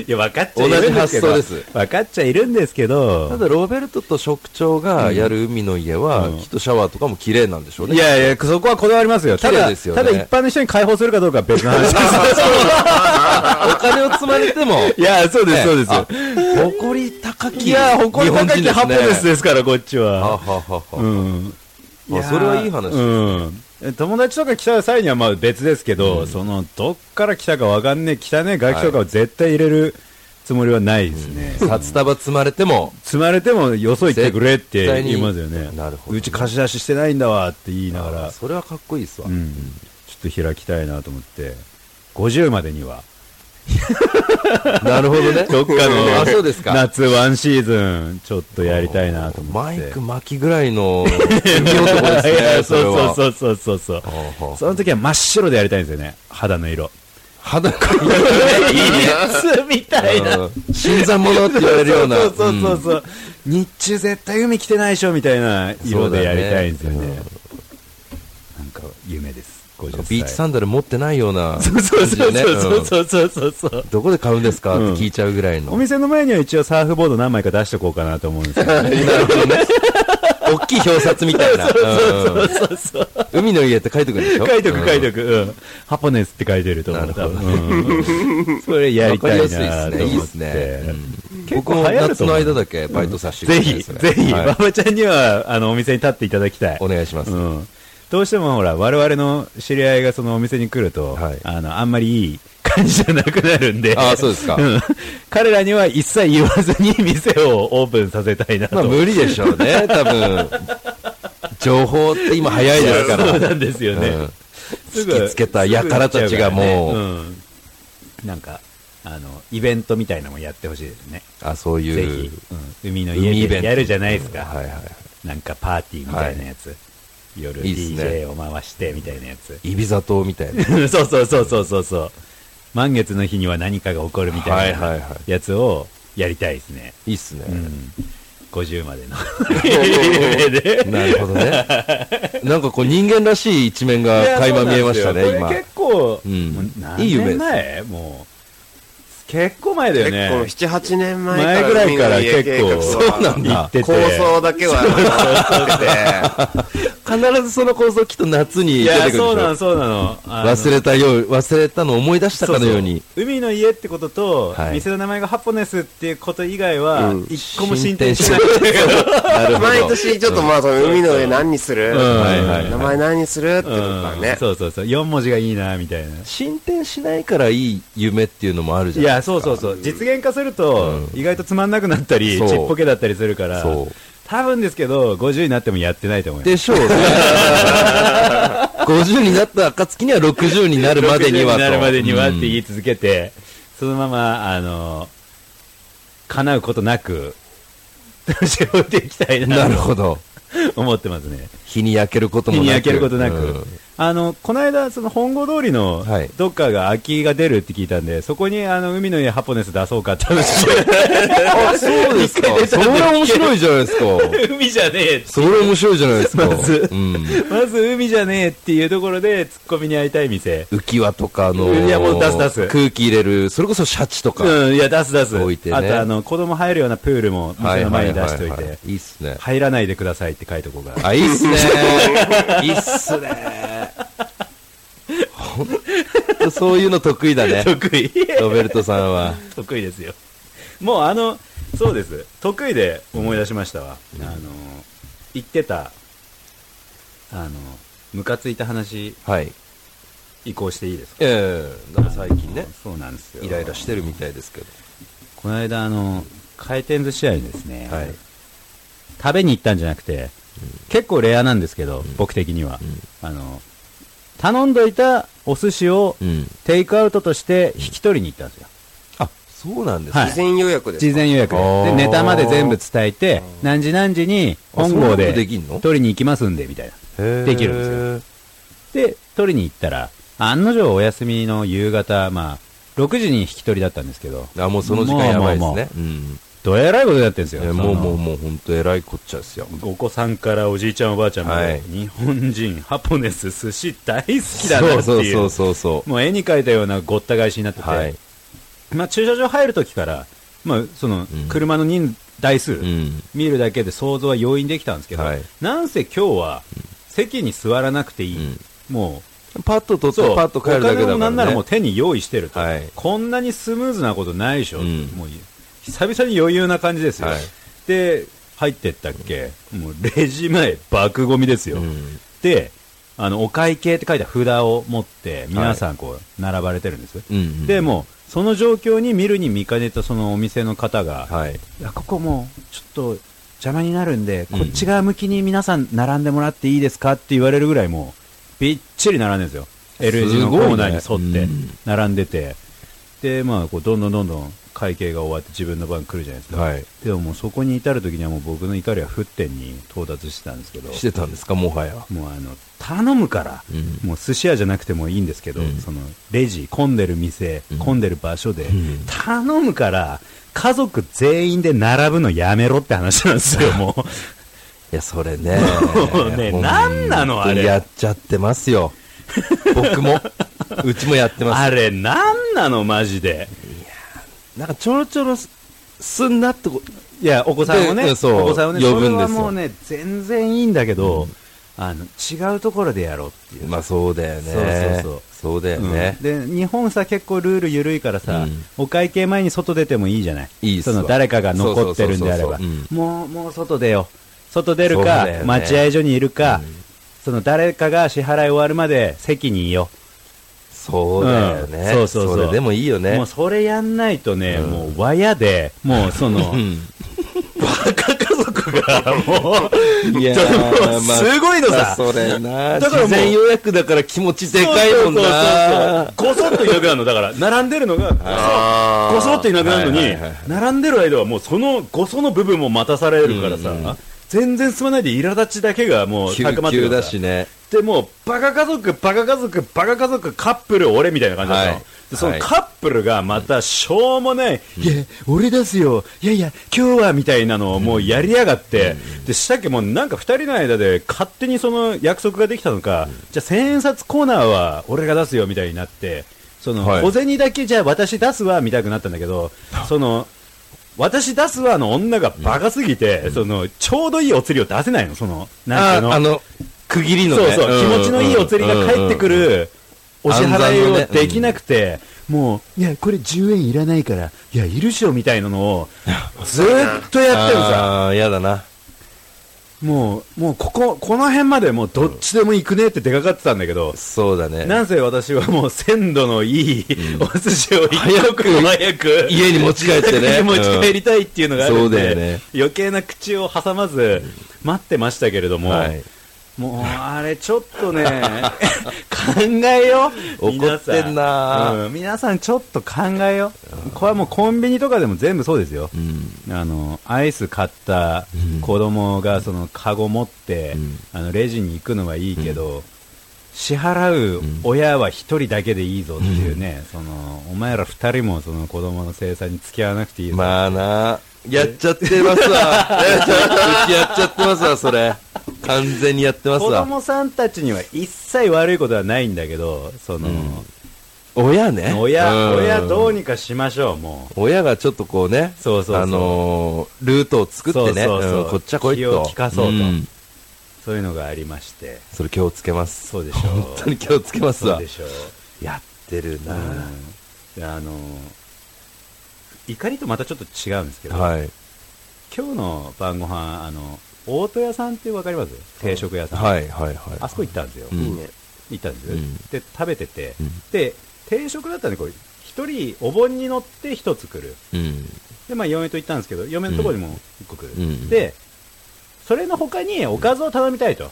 Speaker 2: いや、分かっちゃいるんですけど。
Speaker 3: 同じ発想です
Speaker 2: 分かっちゃいるんですけ
Speaker 3: た
Speaker 2: ど。
Speaker 3: だ、ロベルトと職長がやる海の家は、きっとシャワーとかも綺麗なんでしょうね。
Speaker 2: いやいや、そこはこだわりますよ。た
Speaker 3: 綺麗
Speaker 2: だ、
Speaker 3: ですよね
Speaker 2: ただ一般の人に解放するかどうかは別の 話です。
Speaker 3: お金を積まれても、
Speaker 2: いや、そうです、
Speaker 3: ね
Speaker 2: そうです。
Speaker 3: あ
Speaker 2: 誇り高き。いや、誇り高
Speaker 3: 日本人
Speaker 2: き
Speaker 3: です
Speaker 2: ハ
Speaker 3: ね
Speaker 2: ッポネスですから、こっち
Speaker 3: あ
Speaker 2: は。
Speaker 3: ははは
Speaker 2: う
Speaker 3: は。
Speaker 2: ん。
Speaker 3: あそれはいい話
Speaker 2: うん。友達とか来た際にはまあ別ですけど、その、どっから来たかわかんねえ、汚ねえガキとかを絶対入れるつもりはないですね。
Speaker 3: 札束積まれても、
Speaker 2: 積まれてもよそ行ってくれって言いますよ
Speaker 3: 絶対
Speaker 2: ね
Speaker 3: になるほど
Speaker 2: うち貸し出ししてないんだわって言いながら、
Speaker 3: それはかっこいいっすわ
Speaker 2: う。ん、ちょっと開きたいなと思って50までには
Speaker 3: なるほどね。
Speaker 2: どっか
Speaker 3: あ、そうです
Speaker 2: の
Speaker 3: か。
Speaker 2: 夏ワンシーズンちょっとやりたいなと思って
Speaker 3: マイク巻きぐらいの、海男です
Speaker 2: いや
Speaker 3: ね。
Speaker 2: そ
Speaker 3: れは
Speaker 2: うそうそうそうそうそう
Speaker 3: はあはあ
Speaker 2: その時は真っ白でやりたいんですよね肌の 色
Speaker 3: 裸
Speaker 2: いいやつみたいな
Speaker 3: うん新参者って言われるような。
Speaker 2: そうそうそうそう、日中絶対海着てないでしょみたいな色でやりたいんですよね
Speaker 3: そうだね
Speaker 2: なんか夢です50
Speaker 3: うん
Speaker 2: 歳
Speaker 3: ビーチサンダル持ってないような
Speaker 2: そうそうそうそう
Speaker 3: う
Speaker 2: そうそうそうそう、
Speaker 3: んどこで買うんですかって聞いちゃうぐらいの。
Speaker 2: お店の前には一応サーフボード何枚か出しておこうかなと思うんですけど
Speaker 3: なるほどね。大きい表札み たいな。うん
Speaker 2: そうそう
Speaker 3: 海の家って書いてくるんでし ょ
Speaker 2: 書いとく書い
Speaker 3: て
Speaker 2: とく、うん、ハポネスって書いてると思う多分、うん、それやりたいなと思って、結
Speaker 3: 僕
Speaker 2: 構
Speaker 3: も
Speaker 2: 流行ると
Speaker 3: 夏の
Speaker 2: 思う
Speaker 3: 間だけバイトさせてくだ
Speaker 2: ぜ
Speaker 3: さい
Speaker 2: ひ、
Speaker 3: それ
Speaker 2: ぜひ、
Speaker 3: はい
Speaker 2: 馬場ちゃんには、あの、お店に立っていただきたい。
Speaker 3: お願いします。
Speaker 2: うん。どうしてもほら、我々の知り合いがそのお店に来ると、
Speaker 3: はい
Speaker 2: あの、あんまりいい感じじゃなくなるんで、
Speaker 3: ああ、そうですか。
Speaker 2: うん彼らには一切言わずに店をオープンさせたいなと。
Speaker 3: まあ無理でしょうね、多分。情報って今早いですから。
Speaker 2: そうなんですよね。
Speaker 3: うん
Speaker 2: すぐ
Speaker 3: 引きつけた輩たちがもう
Speaker 2: すぐ行っちゃうからねうんなんか、あの、イベントみたいなのもやってほしいですね。
Speaker 3: あ、そう
Speaker 2: ぜ
Speaker 3: い
Speaker 2: ひ
Speaker 3: う。、
Speaker 2: うん海の
Speaker 3: 海イ
Speaker 2: 家
Speaker 3: ベ
Speaker 2: で
Speaker 3: ント
Speaker 2: やるじゃないですか。
Speaker 3: はいはい。
Speaker 2: なんかパーティーみたいなやつ、夜
Speaker 3: いいっすね
Speaker 2: DJ を回してみたいなやつ
Speaker 3: いびざとみたいな。
Speaker 2: そうそうそうそうそうそう満月の日には何かが起こるみたい
Speaker 3: はいは
Speaker 2: ない
Speaker 3: は
Speaker 2: やつをやりたいですね、
Speaker 3: いいっすね。
Speaker 2: うん、50まで の夢で
Speaker 3: なるほどね。なんかこう人間らしい一面が垣間見えましたね、
Speaker 2: こ
Speaker 3: 今
Speaker 2: れ。結構、
Speaker 3: うん
Speaker 2: もう何
Speaker 3: いい夢で
Speaker 2: 年
Speaker 3: す
Speaker 2: 前もう結構前だよ
Speaker 4: 結構
Speaker 2: ね
Speaker 4: 7、8年前
Speaker 2: 前ぐらいから結構
Speaker 3: そうなんだ
Speaker 2: 行ってて
Speaker 4: 構想だけはあの
Speaker 3: 必ずその構造きっと夏に
Speaker 2: い
Speaker 3: 出てくる
Speaker 2: や
Speaker 3: んでしょ
Speaker 2: そうなのそうなのあの
Speaker 3: 忘れたよう、忘れたのを思い出したかのように。
Speaker 2: そそ海の家ってことと、
Speaker 3: はい
Speaker 2: 店の名前がハポネスっていうこと以外は、
Speaker 4: うん
Speaker 2: 一個も進展しない。
Speaker 3: なるほど。
Speaker 4: 毎年ちょっとまあその海の上何にする
Speaker 2: んはいはいはい
Speaker 4: 名前何にするってことだ
Speaker 2: う
Speaker 4: ね
Speaker 2: んそうそうそう。4文字がいいな、みたいな。
Speaker 3: 進展しないからいい夢っていうのもあるじ
Speaker 2: い
Speaker 3: ゃない
Speaker 2: や、
Speaker 3: ですか。
Speaker 2: そうそうそう。実現化すると、意外とつまんなくなったり、ち
Speaker 3: そう
Speaker 2: っぽけだったりするから、
Speaker 3: そう
Speaker 2: 多分ですけど、50になってもやってないと思います。
Speaker 3: で しょうね。50になった暁には60になるまでには
Speaker 2: 60
Speaker 3: と。
Speaker 2: なるまでにはって言
Speaker 3: うん
Speaker 2: い続けて、そのまま、あの、叶うことなく、 年老いていきたい
Speaker 3: な
Speaker 2: な
Speaker 3: るほど。
Speaker 2: と思ってますね。
Speaker 3: 日に焼けることも
Speaker 2: 日
Speaker 3: な
Speaker 2: に
Speaker 3: く。
Speaker 2: 焼けることなく、
Speaker 3: うん
Speaker 2: あのこの間、その本郷通りの
Speaker 3: はい
Speaker 2: どっかが空きが出るって聞いたんで、そこにあの海の家ハポネス出そうかって話で、
Speaker 3: あ、そうですか。それ面白いじゃないですか。
Speaker 2: 海じゃねえって
Speaker 3: それ面白いじゃないですか。
Speaker 2: まず
Speaker 3: うん。
Speaker 2: まず海じゃねえっていうところで、ツッコミに会いたい店、
Speaker 3: 浮き輪とかの、
Speaker 2: いやもう出す出す
Speaker 3: 空気入れる、それこそシャチとか。
Speaker 2: うん、いや、出す出す、
Speaker 3: 置いてね
Speaker 2: あとあの子供入るようなプールも
Speaker 3: は
Speaker 2: 店の前に出しとい
Speaker 3: ははは
Speaker 2: て、
Speaker 3: いいっすね。
Speaker 2: 入らないでくださいって書いとこうかな。
Speaker 3: あ、いいっすね。 いいっすね。ほんとそういうの得意だね。
Speaker 2: 得意
Speaker 3: ロベルトさんは。
Speaker 2: 得意ですよ。もうあの、そうです。得意で思い出しましたわ。あの、言ってた、あの、ムカついた話、
Speaker 3: はい。
Speaker 2: 移行していいですか
Speaker 3: ええなんか最近
Speaker 2: あ
Speaker 3: ね
Speaker 2: の、そうなんですよ。
Speaker 3: イライラしてるみたいですけど。
Speaker 2: この間、あの、回転寿司屋にですね、
Speaker 3: はい
Speaker 2: 食べに行ったんじゃなくて、結構レアなんですけど、僕的には、あの、頼んどいたお寿司を、
Speaker 3: うん。
Speaker 2: テイクアウトとして引き取りに行ったんですよ。
Speaker 3: あ、そうなんです
Speaker 2: はい
Speaker 4: 事前予約ですか。
Speaker 2: 事前予約
Speaker 3: あ
Speaker 2: で。
Speaker 3: ー
Speaker 2: で、ネタまで全部伝えて、何時何時に本
Speaker 3: あそ
Speaker 2: 郷
Speaker 3: んなこ
Speaker 2: で
Speaker 3: とできんの
Speaker 2: 取りに行きますんで、みたいな。できるんですよ
Speaker 3: です
Speaker 2: で、取りに行ったら、案の定お休みの夕方、まあ、6時に引き取りだったんですけど、
Speaker 3: あ、もうその時間やばいです
Speaker 2: もうもう
Speaker 3: ね
Speaker 2: も。
Speaker 3: うん。
Speaker 2: どえらいことになってるんです
Speaker 3: え
Speaker 2: よ。
Speaker 3: もう
Speaker 2: その
Speaker 3: もうもう本当偉いこっちゃですよ。
Speaker 2: お子さんからおじいちゃんおばあちゃんまで、
Speaker 3: はい
Speaker 2: 日本人ハポネス寿司大好きだ
Speaker 3: そ
Speaker 2: な
Speaker 3: う
Speaker 2: って
Speaker 3: そう
Speaker 2: いう
Speaker 3: そうそうそ
Speaker 2: もう絵に描いたようなごった返しになって
Speaker 3: う。
Speaker 2: て、
Speaker 3: はい。
Speaker 2: まあ、駐車場入るときから、まあ、その
Speaker 3: ん
Speaker 2: 車の人台数、
Speaker 3: うん。
Speaker 2: 見るだけで想像は容易にできたんですけど、
Speaker 3: はい
Speaker 2: なんせ今日は席に座らなくていい、
Speaker 3: うん
Speaker 2: もう
Speaker 3: パッと取ってパッと帰るだ
Speaker 2: お金
Speaker 3: けだか
Speaker 2: もな
Speaker 3: ら
Speaker 2: んならもう
Speaker 3: ね。
Speaker 2: 手に用意してると、
Speaker 3: はい
Speaker 2: こんなにスムーズなことないでしょ、
Speaker 3: うん
Speaker 2: もう久々に余裕な感じですよ、
Speaker 3: はい
Speaker 2: で入ってったっけ、もうレジ前爆ゴミですよ、
Speaker 3: うん
Speaker 2: であのお会計って書いた札を持って皆さんこう並ばれてるんです、
Speaker 3: うんうん
Speaker 2: でもうその状況に見るに見かねたそのお店の方が、
Speaker 3: はい。
Speaker 2: いやここもうちょっと邪魔になるんで、
Speaker 3: うん
Speaker 2: こっち側向きに皆さん並んでもらっていいですかって言われるぐらいもうびっちり並んでるんですよ L 字のコーナーに沿って
Speaker 3: すごいね
Speaker 2: 並んでて、でまあこうどんどんどんどん会計が終わって自分の番来るじゃないですか、
Speaker 3: はい。
Speaker 2: でももうそこに至る時にはもう僕の怒りは沸点に到達してたんですけど
Speaker 3: してたんですか、もはや。
Speaker 2: もうあの頼むから、
Speaker 3: うん
Speaker 2: もう寿司屋じゃなくてもいいんですけど、
Speaker 3: うん
Speaker 2: そのレジ、混んでる店、混んでる場所で、
Speaker 3: ん
Speaker 2: 頼むから、家族全員で並ぶのやめろって話なん ですよ、もう。
Speaker 3: いや、それね。
Speaker 2: もうねなんなのあれ
Speaker 3: やっちゃってます よ。僕も。うちもやってま
Speaker 2: あれ、なんなの、マジで。
Speaker 3: す。なんかちょろちょろすすんなってこ
Speaker 2: いや、お子さんをね、
Speaker 3: でそう
Speaker 2: お子さんをね、
Speaker 3: 呼ぶんですよ
Speaker 2: それはもうね、全然いいんだけど、あの違うところでやろうっていう。
Speaker 3: まあそうだよね。
Speaker 2: そうそう
Speaker 3: そう。だよね。
Speaker 2: うんで日本さ結構ルール緩いからさ、
Speaker 3: うん
Speaker 2: お会計前に外出てもいいじゃない
Speaker 3: いいっす
Speaker 2: そ
Speaker 3: わ
Speaker 2: の誰かが残ってるんであれば
Speaker 3: そうそうそうそう
Speaker 2: もうもう外出よ外出る
Speaker 3: そう
Speaker 2: か、
Speaker 3: だよね
Speaker 2: 待合所にいるか、その誰かが支払い終わるまで席にいよ
Speaker 3: そうだよね、
Speaker 2: うんそうそうそう
Speaker 3: れでもいいよね。
Speaker 2: もうそれやんないとね、もう和やでもうその、
Speaker 3: ん
Speaker 2: バカ家族がもう
Speaker 3: いや
Speaker 2: もう すごいのさ
Speaker 3: それな。
Speaker 2: だからもう
Speaker 3: 事前予約だから気持ちでかいもんな。
Speaker 2: そうそうそうそうごそっといなくなるのだから並んでるのが
Speaker 4: あー
Speaker 2: ごそっといなくなるのに、
Speaker 3: はいはいはいはい
Speaker 2: 並んでる間はもうそのごその部分も待たされるからさ、
Speaker 3: うんうん
Speaker 2: 全然進まないで苛立ちだけがもう
Speaker 3: 救
Speaker 2: 高まって
Speaker 3: 急
Speaker 2: るから
Speaker 3: だ
Speaker 2: さ
Speaker 3: しね。
Speaker 2: でもうバカ家族バカ家族バカ家族カップル俺みたいな感じだったの、
Speaker 3: はい
Speaker 2: でそ
Speaker 3: は
Speaker 2: の
Speaker 3: い
Speaker 2: カップルがまたしょうもない、いや俺ですよいやいや今日はみたいなのをもうやりやがって、でしたっけもうなんか2人の間で勝手にその約束ができたのか、じゃあ千円札コーナーは俺が出すよみたいになってその、
Speaker 3: はい
Speaker 2: 小銭だけじゃあ私出すわみたいになったんだけどその私出すわの女がバカすぎて、そのちょうどいいお釣りを出せないのそのなんていう
Speaker 3: あ、あの、区切りの
Speaker 2: そう
Speaker 3: ね。
Speaker 2: そう、気持ちのいいお釣りが返ってくるお支払いをできなくて、もう、いや、これ10円いらないから、いや、いるっしょみたいなの を、ずーっとやってるさ、
Speaker 3: ああー、やだな。
Speaker 2: もう、もうここ、この辺までもうどっちでも行くねって出かかってたんだけど、
Speaker 3: そうだね。
Speaker 2: なんせ私はもう鮮度のいいお寿司を一刻も早く
Speaker 3: 家に持ち帰ってね。
Speaker 2: 家に持ち帰りたいっていうのがあるん
Speaker 3: そうだ
Speaker 2: で
Speaker 3: よね、
Speaker 2: 余計な口を挟まず待ってましたけれど
Speaker 3: うん
Speaker 2: も、
Speaker 3: はい。
Speaker 2: もうあれちょっと ね考えよう
Speaker 3: 怒ってん
Speaker 2: 皆
Speaker 3: な
Speaker 2: さん,、うん、皆さんちょっと考えようこれはもうコンビニとかでも全部そうですよ、
Speaker 3: うん。
Speaker 2: あのアイス買った子供がそのカゴ持って、
Speaker 3: うん
Speaker 2: あのレジに行くのはいいけど、支払う親は1人だけでいいぞっていうね、そのお前ら2人もその子供の生産に付き合わなくていいぞ、
Speaker 3: まあな。やっちゃってます わ。やっちゃやっちゃってますわ、それ。完全にやってます
Speaker 2: 子
Speaker 3: わ。
Speaker 2: 供さんたちには一切悪いことはないんだけどその、
Speaker 3: 親ね。
Speaker 2: 親、
Speaker 3: うん
Speaker 2: 親どうにかしましょう、もう。
Speaker 3: 親がちょっとこうね、
Speaker 2: そうそうそう
Speaker 3: あのールートを作ってね、
Speaker 2: そうそうそう
Speaker 3: うんこっちはこいっと。
Speaker 2: 気を利かそうと
Speaker 3: ん
Speaker 2: そういうのがありまして。
Speaker 3: それ気をつけます。
Speaker 2: そうでしょう。
Speaker 3: 本当に気をつけます
Speaker 2: そう
Speaker 3: わ
Speaker 2: で。しょう。
Speaker 3: やってるな、
Speaker 2: うんであの、怒りとまたちょっと違うんですけど、
Speaker 3: はい。
Speaker 2: 今日の晩ご飯あの大戸屋さんってわかります定食屋さん、
Speaker 3: はいはいはい。
Speaker 2: あそこ行ったんですよ、
Speaker 3: うん
Speaker 4: いいね。
Speaker 2: 行ったんですよ、
Speaker 3: うん
Speaker 2: で食べてて、
Speaker 3: うん
Speaker 2: で定食だったんでこう一人お盆に乗って1つ来る
Speaker 3: うん。
Speaker 2: で、まあ、嫁と行ったんですけど嫁のところにも1個来る、
Speaker 3: うん
Speaker 2: でそれの他におかずを頼みたいと、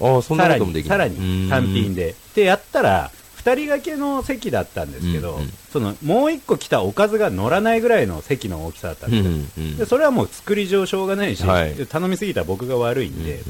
Speaker 3: ああ、そん
Speaker 2: さ
Speaker 3: な
Speaker 2: ら
Speaker 3: こともで
Speaker 2: に
Speaker 3: き
Speaker 2: さらに単品
Speaker 3: で。
Speaker 2: ででやったら2人掛けの席だったんですけど、
Speaker 3: うんうん
Speaker 2: そのもう1個来たおかずが乗らないぐらいの席の大きさだったん
Speaker 3: うん
Speaker 2: ですよ、
Speaker 3: うん
Speaker 2: でそれはもう作り上しょうがないし、
Speaker 3: はい
Speaker 2: で頼みすぎたら僕が悪いんで、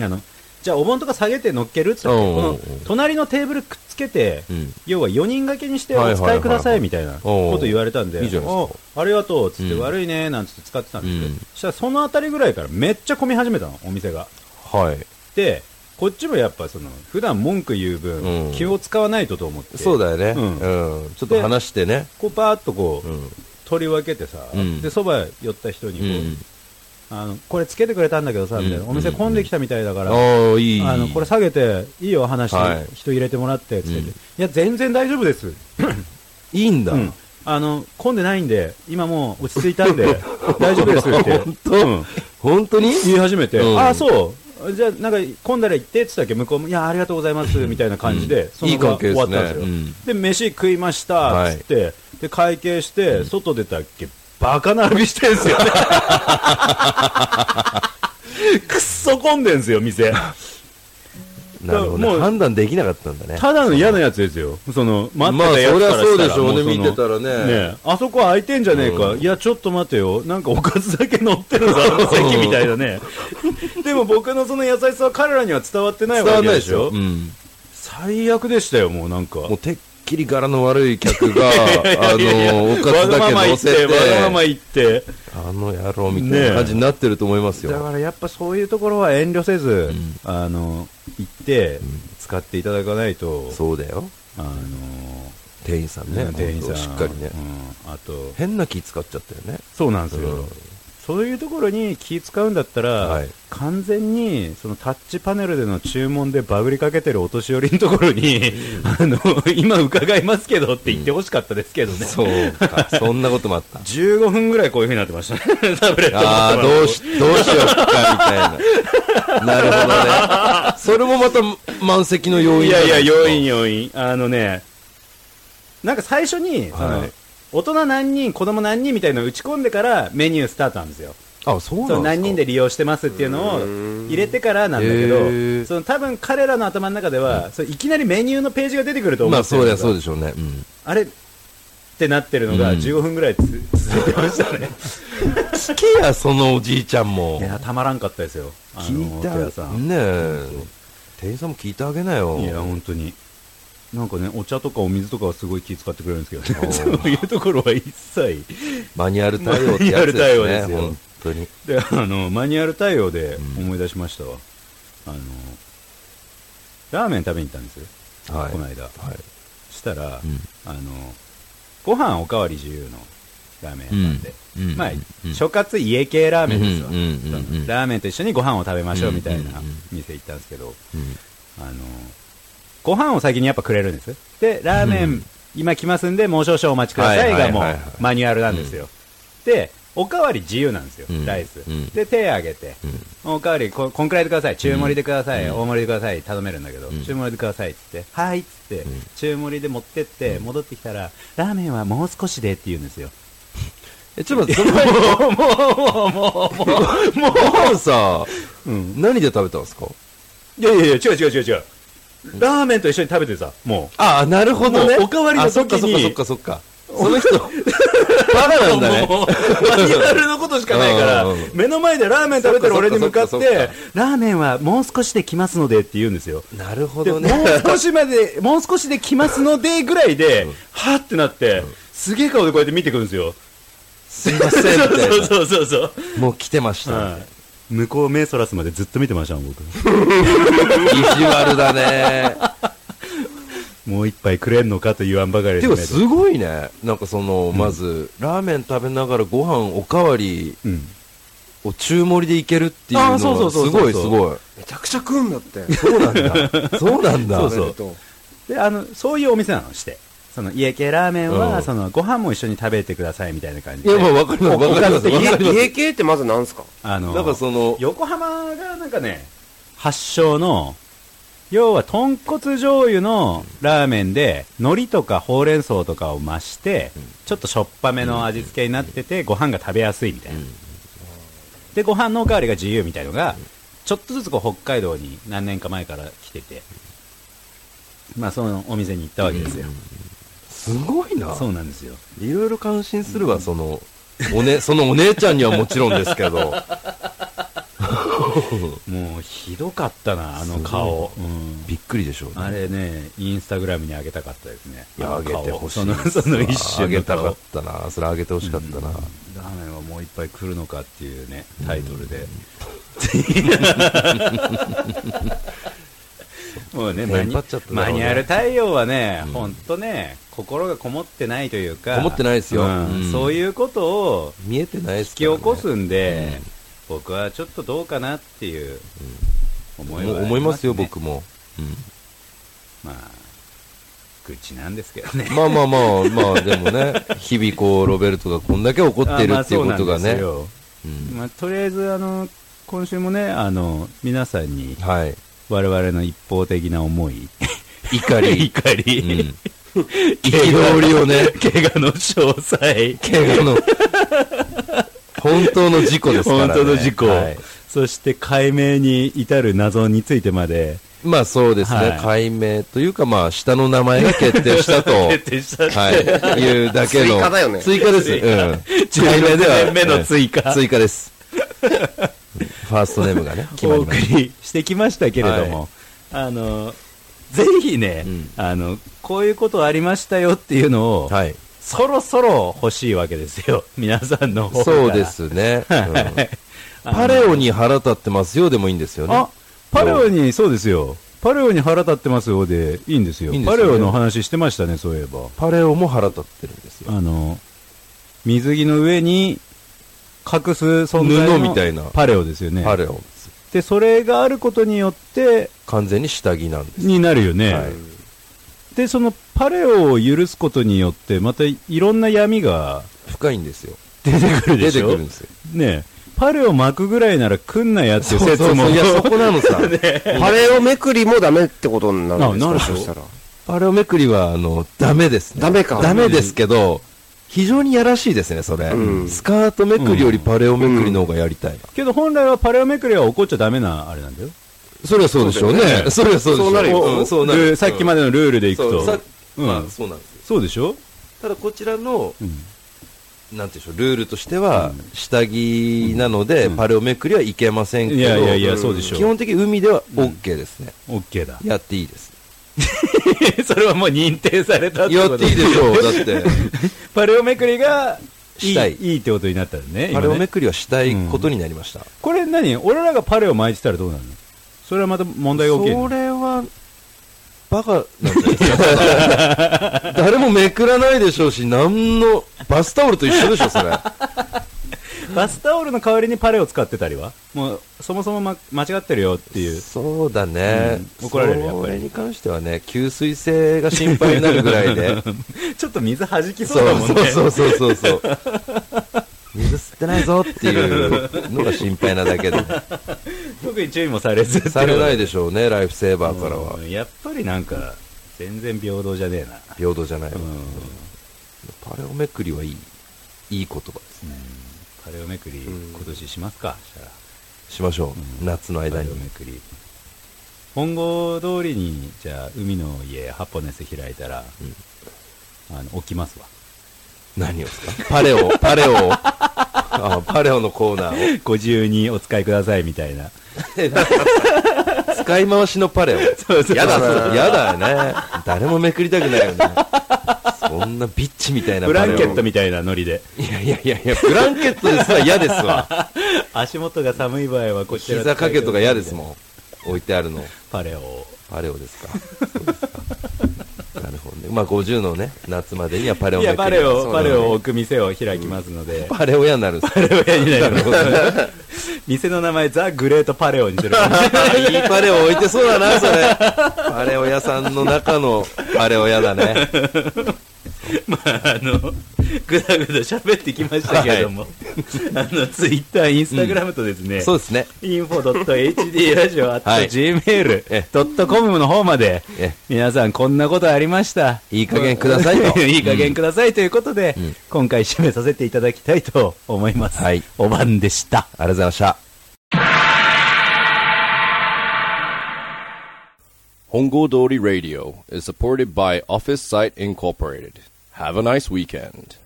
Speaker 2: あのじゃあお盆とか下げて乗っけるって言って
Speaker 3: おうおうおう
Speaker 2: この隣のテーブルくっつけて、
Speaker 3: うん。
Speaker 2: 要は4人掛けにして
Speaker 3: は
Speaker 2: お
Speaker 3: いはいはい
Speaker 2: 使
Speaker 3: はい
Speaker 2: いくださいみたいなこと言われたんで、
Speaker 3: おういいじゃないです
Speaker 2: おありがとうっつって、
Speaker 3: うん
Speaker 2: 悪いねなんつって使ってたんですけど、
Speaker 3: うん
Speaker 2: そしたらそのあたりぐらいからめっちゃ混み始めたの、お店が。
Speaker 3: はい。
Speaker 2: でこっちもやっぱその普段文句言う分、
Speaker 3: うん
Speaker 2: 気を使わないとと思って
Speaker 3: そうだよね。
Speaker 2: うん
Speaker 3: うん。ちょっと話してね。
Speaker 2: こうバーッとこう、
Speaker 3: うん。
Speaker 2: 取り分けてさ、
Speaker 3: うん
Speaker 2: でそば寄った人にこう、
Speaker 3: うん
Speaker 2: あのこれつけてくれたんだけどさ、みたいな
Speaker 3: うん
Speaker 2: お店混んできたみたいだから、
Speaker 3: ああ、いい。
Speaker 2: あのこれ下げていいよ話して、
Speaker 3: はい
Speaker 2: 人入れてもらってつって、
Speaker 3: うん
Speaker 2: いや全然大丈夫です、
Speaker 3: いいんだ。
Speaker 2: うんあの混んでないんで今もう落ち着いたん で大丈夫ですって
Speaker 3: 本当
Speaker 2: うん
Speaker 3: 本当に
Speaker 2: 言い始めて、
Speaker 3: うん
Speaker 2: ああそうじゃあなんか混んだら行ってって言ったっけ向こうもいやありがとうございますみたいな感じで、
Speaker 3: うん
Speaker 2: その場
Speaker 3: いい関係ですね
Speaker 2: 終わったんですよ、
Speaker 3: うん
Speaker 2: で飯食いましたっつって、で会計して、外出たっけバカ並びしてんすよ ねくっそ混んでんすよ店
Speaker 3: なるほ
Speaker 2: も
Speaker 3: ど。
Speaker 2: う
Speaker 3: 判断できなかったんだね。
Speaker 2: ただの嫌なやつですよ、その待ってたやつからしたら、
Speaker 3: まあそりゃそうでしょうね
Speaker 2: もその
Speaker 3: 見てたらね
Speaker 2: あそこ空いてんじゃねえか、
Speaker 3: うん
Speaker 2: いや、ちょっと待てよ、なんかおかずだけ乗ってるぞ、あの席みたいな ね、でも僕のその優しさは彼らには伝わってない
Speaker 3: 伝
Speaker 2: わ
Speaker 3: わん
Speaker 2: け
Speaker 3: ない
Speaker 2: で
Speaker 3: で
Speaker 2: し
Speaker 3: し
Speaker 2: ょ、
Speaker 3: ょ。うん。
Speaker 2: 最悪でしたよ、もうなんか、
Speaker 3: もうてっきり柄の悪い 客が、あ
Speaker 2: いやいやいや
Speaker 3: の、おかずだけ乗せて、
Speaker 2: わがまま言って、わがまま言って
Speaker 3: あの野郎みたいな感じになってると思います
Speaker 2: だ
Speaker 3: よ。
Speaker 2: からやっぱそういうところは遠慮せず、
Speaker 3: うん
Speaker 2: あの行って、使っていただかないと、
Speaker 3: そうだよ。
Speaker 2: あの
Speaker 3: 店員さんね。
Speaker 2: 店員さん、
Speaker 3: しっかりね。
Speaker 2: うんあと
Speaker 3: 変な気使っちゃったよね。
Speaker 2: そうなんですよ、
Speaker 3: うん
Speaker 2: そういうところに気使うんだったら、
Speaker 3: はい
Speaker 2: 完全にそのタッチパネルでの注文でバグりかけてるお年寄りのところに、あの今伺いますけどって言ってほしかったですけどね、
Speaker 3: そうか。そんなこともあった。
Speaker 2: 15分ぐらいこういうふうになってましたね、 タブレット持って
Speaker 3: ああ、どうし、どうしようか、みたいな。なるほどね。それもまた満席の要因
Speaker 2: い
Speaker 3: だ
Speaker 2: やいや、
Speaker 3: な
Speaker 2: 要因、。要因、あのね、なんか最初に、その
Speaker 3: はい
Speaker 2: 大人何人、子供何人みたいなのを打ち込んでからメニュースタートなんですよ。
Speaker 3: あ、そうな
Speaker 2: そ
Speaker 3: んですか
Speaker 2: の何人で利用してますっていうのを入れてからなんだけ
Speaker 3: へ
Speaker 2: ど、
Speaker 3: ー
Speaker 2: その多分彼らの頭の中では、それいきなりメニューのページが出てくると思
Speaker 3: ま
Speaker 2: う
Speaker 3: あ、
Speaker 2: んです
Speaker 3: そ
Speaker 2: よ
Speaker 3: うや、そうでしょうね。うん。
Speaker 2: あれってなってるのが
Speaker 3: うん
Speaker 2: 15分ぐらいつ続いてましたね。
Speaker 3: 聞けや、そのおじ いちゃんも
Speaker 2: い。や、たまらんかったですよ。あの
Speaker 3: 聞い
Speaker 2: お寺さ
Speaker 3: た、
Speaker 2: ん。
Speaker 3: ねえ。店員さんも聞いてあげなよ。
Speaker 2: いや、本当に。なんかね、お茶とかお水とかはすごい気使ってくれるんですけどね、 そういうところは一切。
Speaker 3: マニュアル対応って
Speaker 2: マニ
Speaker 3: やつ
Speaker 2: ュアル対応で
Speaker 3: ですす
Speaker 2: よ
Speaker 3: ね。本当に。
Speaker 2: で、あの、マニュアル対応で
Speaker 3: うん
Speaker 2: 思い出しましたわ。あの、ラーメン食べに行ったんですよ、
Speaker 3: はい。
Speaker 2: この間。
Speaker 3: はい。
Speaker 2: したら、
Speaker 3: うん
Speaker 2: あのご飯おかわり自由のラーメン屋さんで、
Speaker 3: うんうん
Speaker 2: まあ
Speaker 3: うん
Speaker 2: 諸葛家系ラーメンですわ、
Speaker 3: うんうんうんうん
Speaker 2: そのラーメンと一緒にご飯を食べましょうみたいな
Speaker 3: うんうんうん
Speaker 2: 店行ったんですけど
Speaker 3: うん
Speaker 2: あのご飯を先にやっぱくれるんですでラーメン、
Speaker 3: うん
Speaker 2: 今来ますんでもう少々お待ちくださいが
Speaker 3: はいはい
Speaker 2: もう
Speaker 3: はいはい
Speaker 2: マニュアルなんですよ、でおかわり自由なんですよ、
Speaker 3: うん
Speaker 2: ライス、
Speaker 3: うん
Speaker 2: で手挙げて、
Speaker 3: うん
Speaker 2: おかわりこ、こんくらいでください、中盛りでください、大盛りでください、頼めるんだけど、中
Speaker 3: ん
Speaker 2: 盛りでくださいって言って、はいって言って、中盛りで持ってって、戻ってきたら、ラーメンはもう少しでって言うんですよ。
Speaker 3: え、ちょっと待って、そ
Speaker 2: も
Speaker 3: の
Speaker 2: う、もう、もう、もう、もう、
Speaker 3: ご飯さ、
Speaker 2: うん。
Speaker 3: 何で食べたんですか
Speaker 2: いやいやいや、違う違う違う違う。ラーメンと一緒に食べてさ、も
Speaker 3: ああ、なるほどね。
Speaker 2: もうおかわりの時に
Speaker 3: あそっかそっかそっかそっか。そ の人、バカ
Speaker 2: う。
Speaker 3: なんだね。
Speaker 2: もうマニュアルのことしかないから
Speaker 3: うん、
Speaker 2: 目の前でラーメン食べてる俺に向かっ
Speaker 3: そっかそっか
Speaker 2: て
Speaker 3: そっ、
Speaker 2: ラーメンはもう少しで来ますのでって言うんですよ。
Speaker 3: なるほ
Speaker 2: でも
Speaker 3: ど
Speaker 2: う
Speaker 3: ね。
Speaker 2: 少しまで、もう少しで来ますのでぐらいで、はーってなって、すげえ顔でこうやって見てくるんですよ。
Speaker 3: すいません、みたいな
Speaker 2: そうそうそうそう。
Speaker 3: もう来てました。
Speaker 2: はい向こう目そらすまでずっと見てましたもん、僕。
Speaker 3: 意地悪 だね。
Speaker 2: もう一杯くれんのかと言わんばかり
Speaker 3: て
Speaker 2: で
Speaker 3: か、
Speaker 2: すね。
Speaker 3: すごいね。なんかその、まず、ラーメン食べながらご飯おかわり
Speaker 2: うん。
Speaker 3: を中盛りでいけるっていうの
Speaker 2: あ
Speaker 3: が、す
Speaker 2: そうそうそうそう
Speaker 3: ごいすごい。
Speaker 4: めちゃくちゃ食うんだっ て。
Speaker 3: そうなんだ。そうなんだ。
Speaker 2: そうそう
Speaker 4: 食べると
Speaker 2: で、あの、そういうお店なの、して。その家系ラーメンは、
Speaker 3: うん
Speaker 2: そのご飯も一緒に食べてくださいみたいな感じ
Speaker 3: い
Speaker 2: で
Speaker 3: や、もう分かります、分かります、
Speaker 4: 家
Speaker 3: 分かります。
Speaker 4: 家系ってまずなんす か
Speaker 2: あの
Speaker 3: なんかその、
Speaker 2: 横浜がなんかね発祥の要は豚骨醤油のラーメンで海苔とかほうれん草とかを増してちょっとしょっぱめの味付けになっててご飯が食べやすいみたいなでご飯のおかわりが自由みたいのがちょっとずつこう北海道に何年か前から来ててまあそのお店に行ったわけですよ
Speaker 3: すごいな。
Speaker 2: そうなんですよ
Speaker 3: いろいろ感心するわ、その、おね、そのお姉ちゃんにはもちろんですけ ど。
Speaker 2: もうひどかったなあの顔うん
Speaker 3: びっくりでしょう、ね。
Speaker 2: あれね、インスタグラムに上げたかったですね。
Speaker 3: いや、あげてほしい。
Speaker 2: その、その一
Speaker 3: あ
Speaker 2: 瞬
Speaker 3: げ
Speaker 2: の
Speaker 3: た
Speaker 2: 顔
Speaker 3: かったな。それあげてほしかったな。
Speaker 2: ラーメンはもう一杯来るのかっていうね、タイトルで。 もうね、
Speaker 3: もう
Speaker 2: マ
Speaker 3: 引っ
Speaker 2: ニ
Speaker 3: 張っちゃったな
Speaker 2: マニュアル対応はね、ほんとね、心がこもってないというか、
Speaker 3: こもってないですよ
Speaker 2: うん
Speaker 3: うん
Speaker 2: そういうことを
Speaker 3: 見えてないで
Speaker 2: 引き
Speaker 3: すから、ね。
Speaker 2: 起こすんで、僕はちょっとどうかなっていう思いは
Speaker 3: も
Speaker 2: あ
Speaker 3: う
Speaker 2: り
Speaker 3: 思いますよ、
Speaker 2: ね
Speaker 3: 僕も。
Speaker 2: まあ、愚痴なんですけどね。
Speaker 3: まあまあまあ、まあでもね、 日々こう、ロベルトがこんだけ怒ってるっていうこと
Speaker 2: あまあそうな
Speaker 3: がね。
Speaker 2: んですよ
Speaker 3: うん
Speaker 2: まあ、とりあえずあの今週もねあの皆さんに
Speaker 3: はい。
Speaker 2: 我々の一方的な思い
Speaker 3: 怒り。
Speaker 2: 怒
Speaker 3: う
Speaker 2: り、
Speaker 3: ん。憤りをね、
Speaker 2: 怪我の詳細
Speaker 3: 怪 我の、本当の事故ですから
Speaker 2: 本
Speaker 3: ね。
Speaker 2: 当の事故、
Speaker 3: はい
Speaker 2: そして解明に至る謎についてまで
Speaker 3: まあそうですね、
Speaker 2: はい
Speaker 3: 解明というか、まあ、下の名前が決定し たと、
Speaker 2: 徹底した
Speaker 3: はい、いうだけの。
Speaker 4: 追加だよね
Speaker 3: 追加です。うん。解明で
Speaker 2: 16
Speaker 3: は。
Speaker 2: 年目の追加
Speaker 3: うん追加です。ファーストネームが ね、決ま
Speaker 2: お
Speaker 3: り
Speaker 2: 送
Speaker 3: まし
Speaker 2: りしてきましたけれども、
Speaker 3: は
Speaker 2: あのぜひね、
Speaker 3: うん
Speaker 2: あのこういうことありましたよっていうのを、
Speaker 3: た。はい。
Speaker 2: そろそろ欲しいわけですよ皆さんの方から
Speaker 3: そうですね。うんパレオに腹立ってますよでもいいんですよね
Speaker 2: あ。パレオに、そうですよ。パレオに腹立ってますよで、いいんですよ。
Speaker 3: いいんです
Speaker 2: パ
Speaker 3: よね
Speaker 2: レオの話してましたね、そういえば。
Speaker 3: パレオも腹立ってるんですよ。
Speaker 2: あの、水着の上に隠す存在の
Speaker 3: 布みたいな
Speaker 2: パレオですよね。
Speaker 3: パレオです。
Speaker 2: で、それがあることによって、
Speaker 3: 完全に下着なんです。
Speaker 2: になるよね。
Speaker 3: はい
Speaker 2: で、そのパレオを許すことによって、またいろんな闇が
Speaker 3: 深いんですよ。
Speaker 2: 出てくるで
Speaker 3: 出
Speaker 2: して
Speaker 3: く
Speaker 2: ょ
Speaker 3: るんですよ。
Speaker 2: ねえパレオ巻くぐらいなら来んなやっていう
Speaker 3: そう
Speaker 2: 説
Speaker 3: そう
Speaker 2: も
Speaker 3: そう。いや、そこなの さ。
Speaker 4: パレオめくりもダメってことになるんです
Speaker 2: あなる
Speaker 4: か
Speaker 2: でしょ
Speaker 4: そしたら。
Speaker 3: パレオめくりは、あの、ダメですね。
Speaker 4: ダメか
Speaker 3: ダメですけど、非常にやらしいですね、それ。
Speaker 4: うん
Speaker 3: スカートめくりよりパレオめくりの方がやりたいな。
Speaker 2: けど本来はパレオめくりは怒っちゃダメなあれなんだよ。
Speaker 3: それはそうでしょう
Speaker 2: そうだよ
Speaker 3: ね。
Speaker 2: ね
Speaker 3: それはそうでしょ
Speaker 4: そうなるよ
Speaker 3: んんそうな
Speaker 2: ルー
Speaker 3: る。
Speaker 2: さっきま
Speaker 3: で
Speaker 2: でのルールでいく
Speaker 3: そ
Speaker 2: と。
Speaker 3: う、さ
Speaker 2: うん
Speaker 3: まあそうなんですよ。
Speaker 2: そうでしょ、
Speaker 3: ただこちらの、
Speaker 2: うん、
Speaker 3: なんていうんでしょう、ルールとしては、下着なので、パレオめくりはいけませんけど、
Speaker 2: いやいやいや、
Speaker 4: ん
Speaker 2: そうでしょ
Speaker 3: 基本的に海では OK ですね。
Speaker 2: OK だ。
Speaker 3: やっていいです。
Speaker 2: それはもう認定されたってこ
Speaker 3: や
Speaker 2: と
Speaker 3: っていいでしょう、だ って。
Speaker 2: パレオめくりがいい
Speaker 3: したい
Speaker 2: いいってことになったのね。
Speaker 3: パレオ
Speaker 2: 今
Speaker 3: め
Speaker 2: ね
Speaker 3: くりはしたいことになりました。
Speaker 2: これ何俺らがパレオ巻いてたらどうなるのそれはまた問題が起きる
Speaker 3: そ
Speaker 2: の
Speaker 3: れは、バカなんじゃないです か。誰もめくらないでしょうし、なんの、バスタオルと一緒でしょ、それ。
Speaker 2: バスタオルの代わりにパレオ使ってたりはもうそもそも、ま、間違ってるよっていう。
Speaker 3: そうだね
Speaker 2: う。ん怒られるやっぱり
Speaker 3: それに関してはね、吸水性が心配になるぐらいで。
Speaker 2: ちょっと水弾き
Speaker 3: そ
Speaker 2: そうだもんね。
Speaker 3: うそうそうそうそう。水吸ってないぞって いうのが心配なだけで。
Speaker 2: 特に注意もされずっていう
Speaker 3: されないでしょうね、ライフセーバーからは
Speaker 2: う。んやっぱりなんか、全然平等じゃねえな。
Speaker 3: 平等じゃないわ。
Speaker 2: うん
Speaker 3: パレオめくりはいい、いい言葉ですね。
Speaker 2: パレオめくり、今年しますか、したら
Speaker 3: しましょう。夏の間
Speaker 2: パレ
Speaker 3: に
Speaker 2: オ。めくり。本郷通りに、じゃあ、海の家、ハポネス開いたら、あの置きますわ。
Speaker 3: 何をですかパレオ、パレオ。あパレオのコーナ ー
Speaker 2: ご自由にお使いくださいみたいな。
Speaker 3: を。使い回しのパレオ。
Speaker 2: そうそう
Speaker 3: やだな。やだよね。誰もめくりたくないよね。そんなビッチみたいな
Speaker 2: ブ
Speaker 3: パ
Speaker 2: ラ
Speaker 3: レオ。
Speaker 2: ンケットみたいなノリで。
Speaker 3: いやいやいやいや、ブランケットですら嫌ですわ。
Speaker 2: 足元が寒い場合はこちら。
Speaker 3: 膝掛けとか嫌ですもん。置いてあるの。
Speaker 2: パレオ。
Speaker 3: パレオですか。そうですかなるほどね。まあ50のね、夏までにはパレオ
Speaker 2: い
Speaker 3: めく
Speaker 2: や、パ
Speaker 3: り
Speaker 2: レ
Speaker 3: そ
Speaker 2: オ、
Speaker 3: うだ
Speaker 2: パ
Speaker 3: ね
Speaker 2: レオを置く店を開きますので。
Speaker 3: パレオ屋になるんです
Speaker 2: パレオ屋になります
Speaker 3: なる
Speaker 2: 店の名前、ザ・グレート・パレオにするか もしれない。
Speaker 3: いいパレオ置いてそうだな、それ。パレオ屋さんの中のパレオ屋だね。
Speaker 2: まあ、あの、ぐだぐだ喋ってきましたけれども、 あの、ツイッター、インスタグラムとですね、
Speaker 3: そうですね。
Speaker 2: info.hdradio.gmail.com の方まで
Speaker 3: え、
Speaker 2: 皆さんこんなことありました。
Speaker 3: いい加減ください と
Speaker 2: いい加減くださいということで、今回締めさせていただきたいと思います。
Speaker 3: はい
Speaker 2: お晩でした。
Speaker 3: ありがとうございました。
Speaker 1: Hongo Dori Radio is supported by Office Site Incorporated. Have a nice weekend.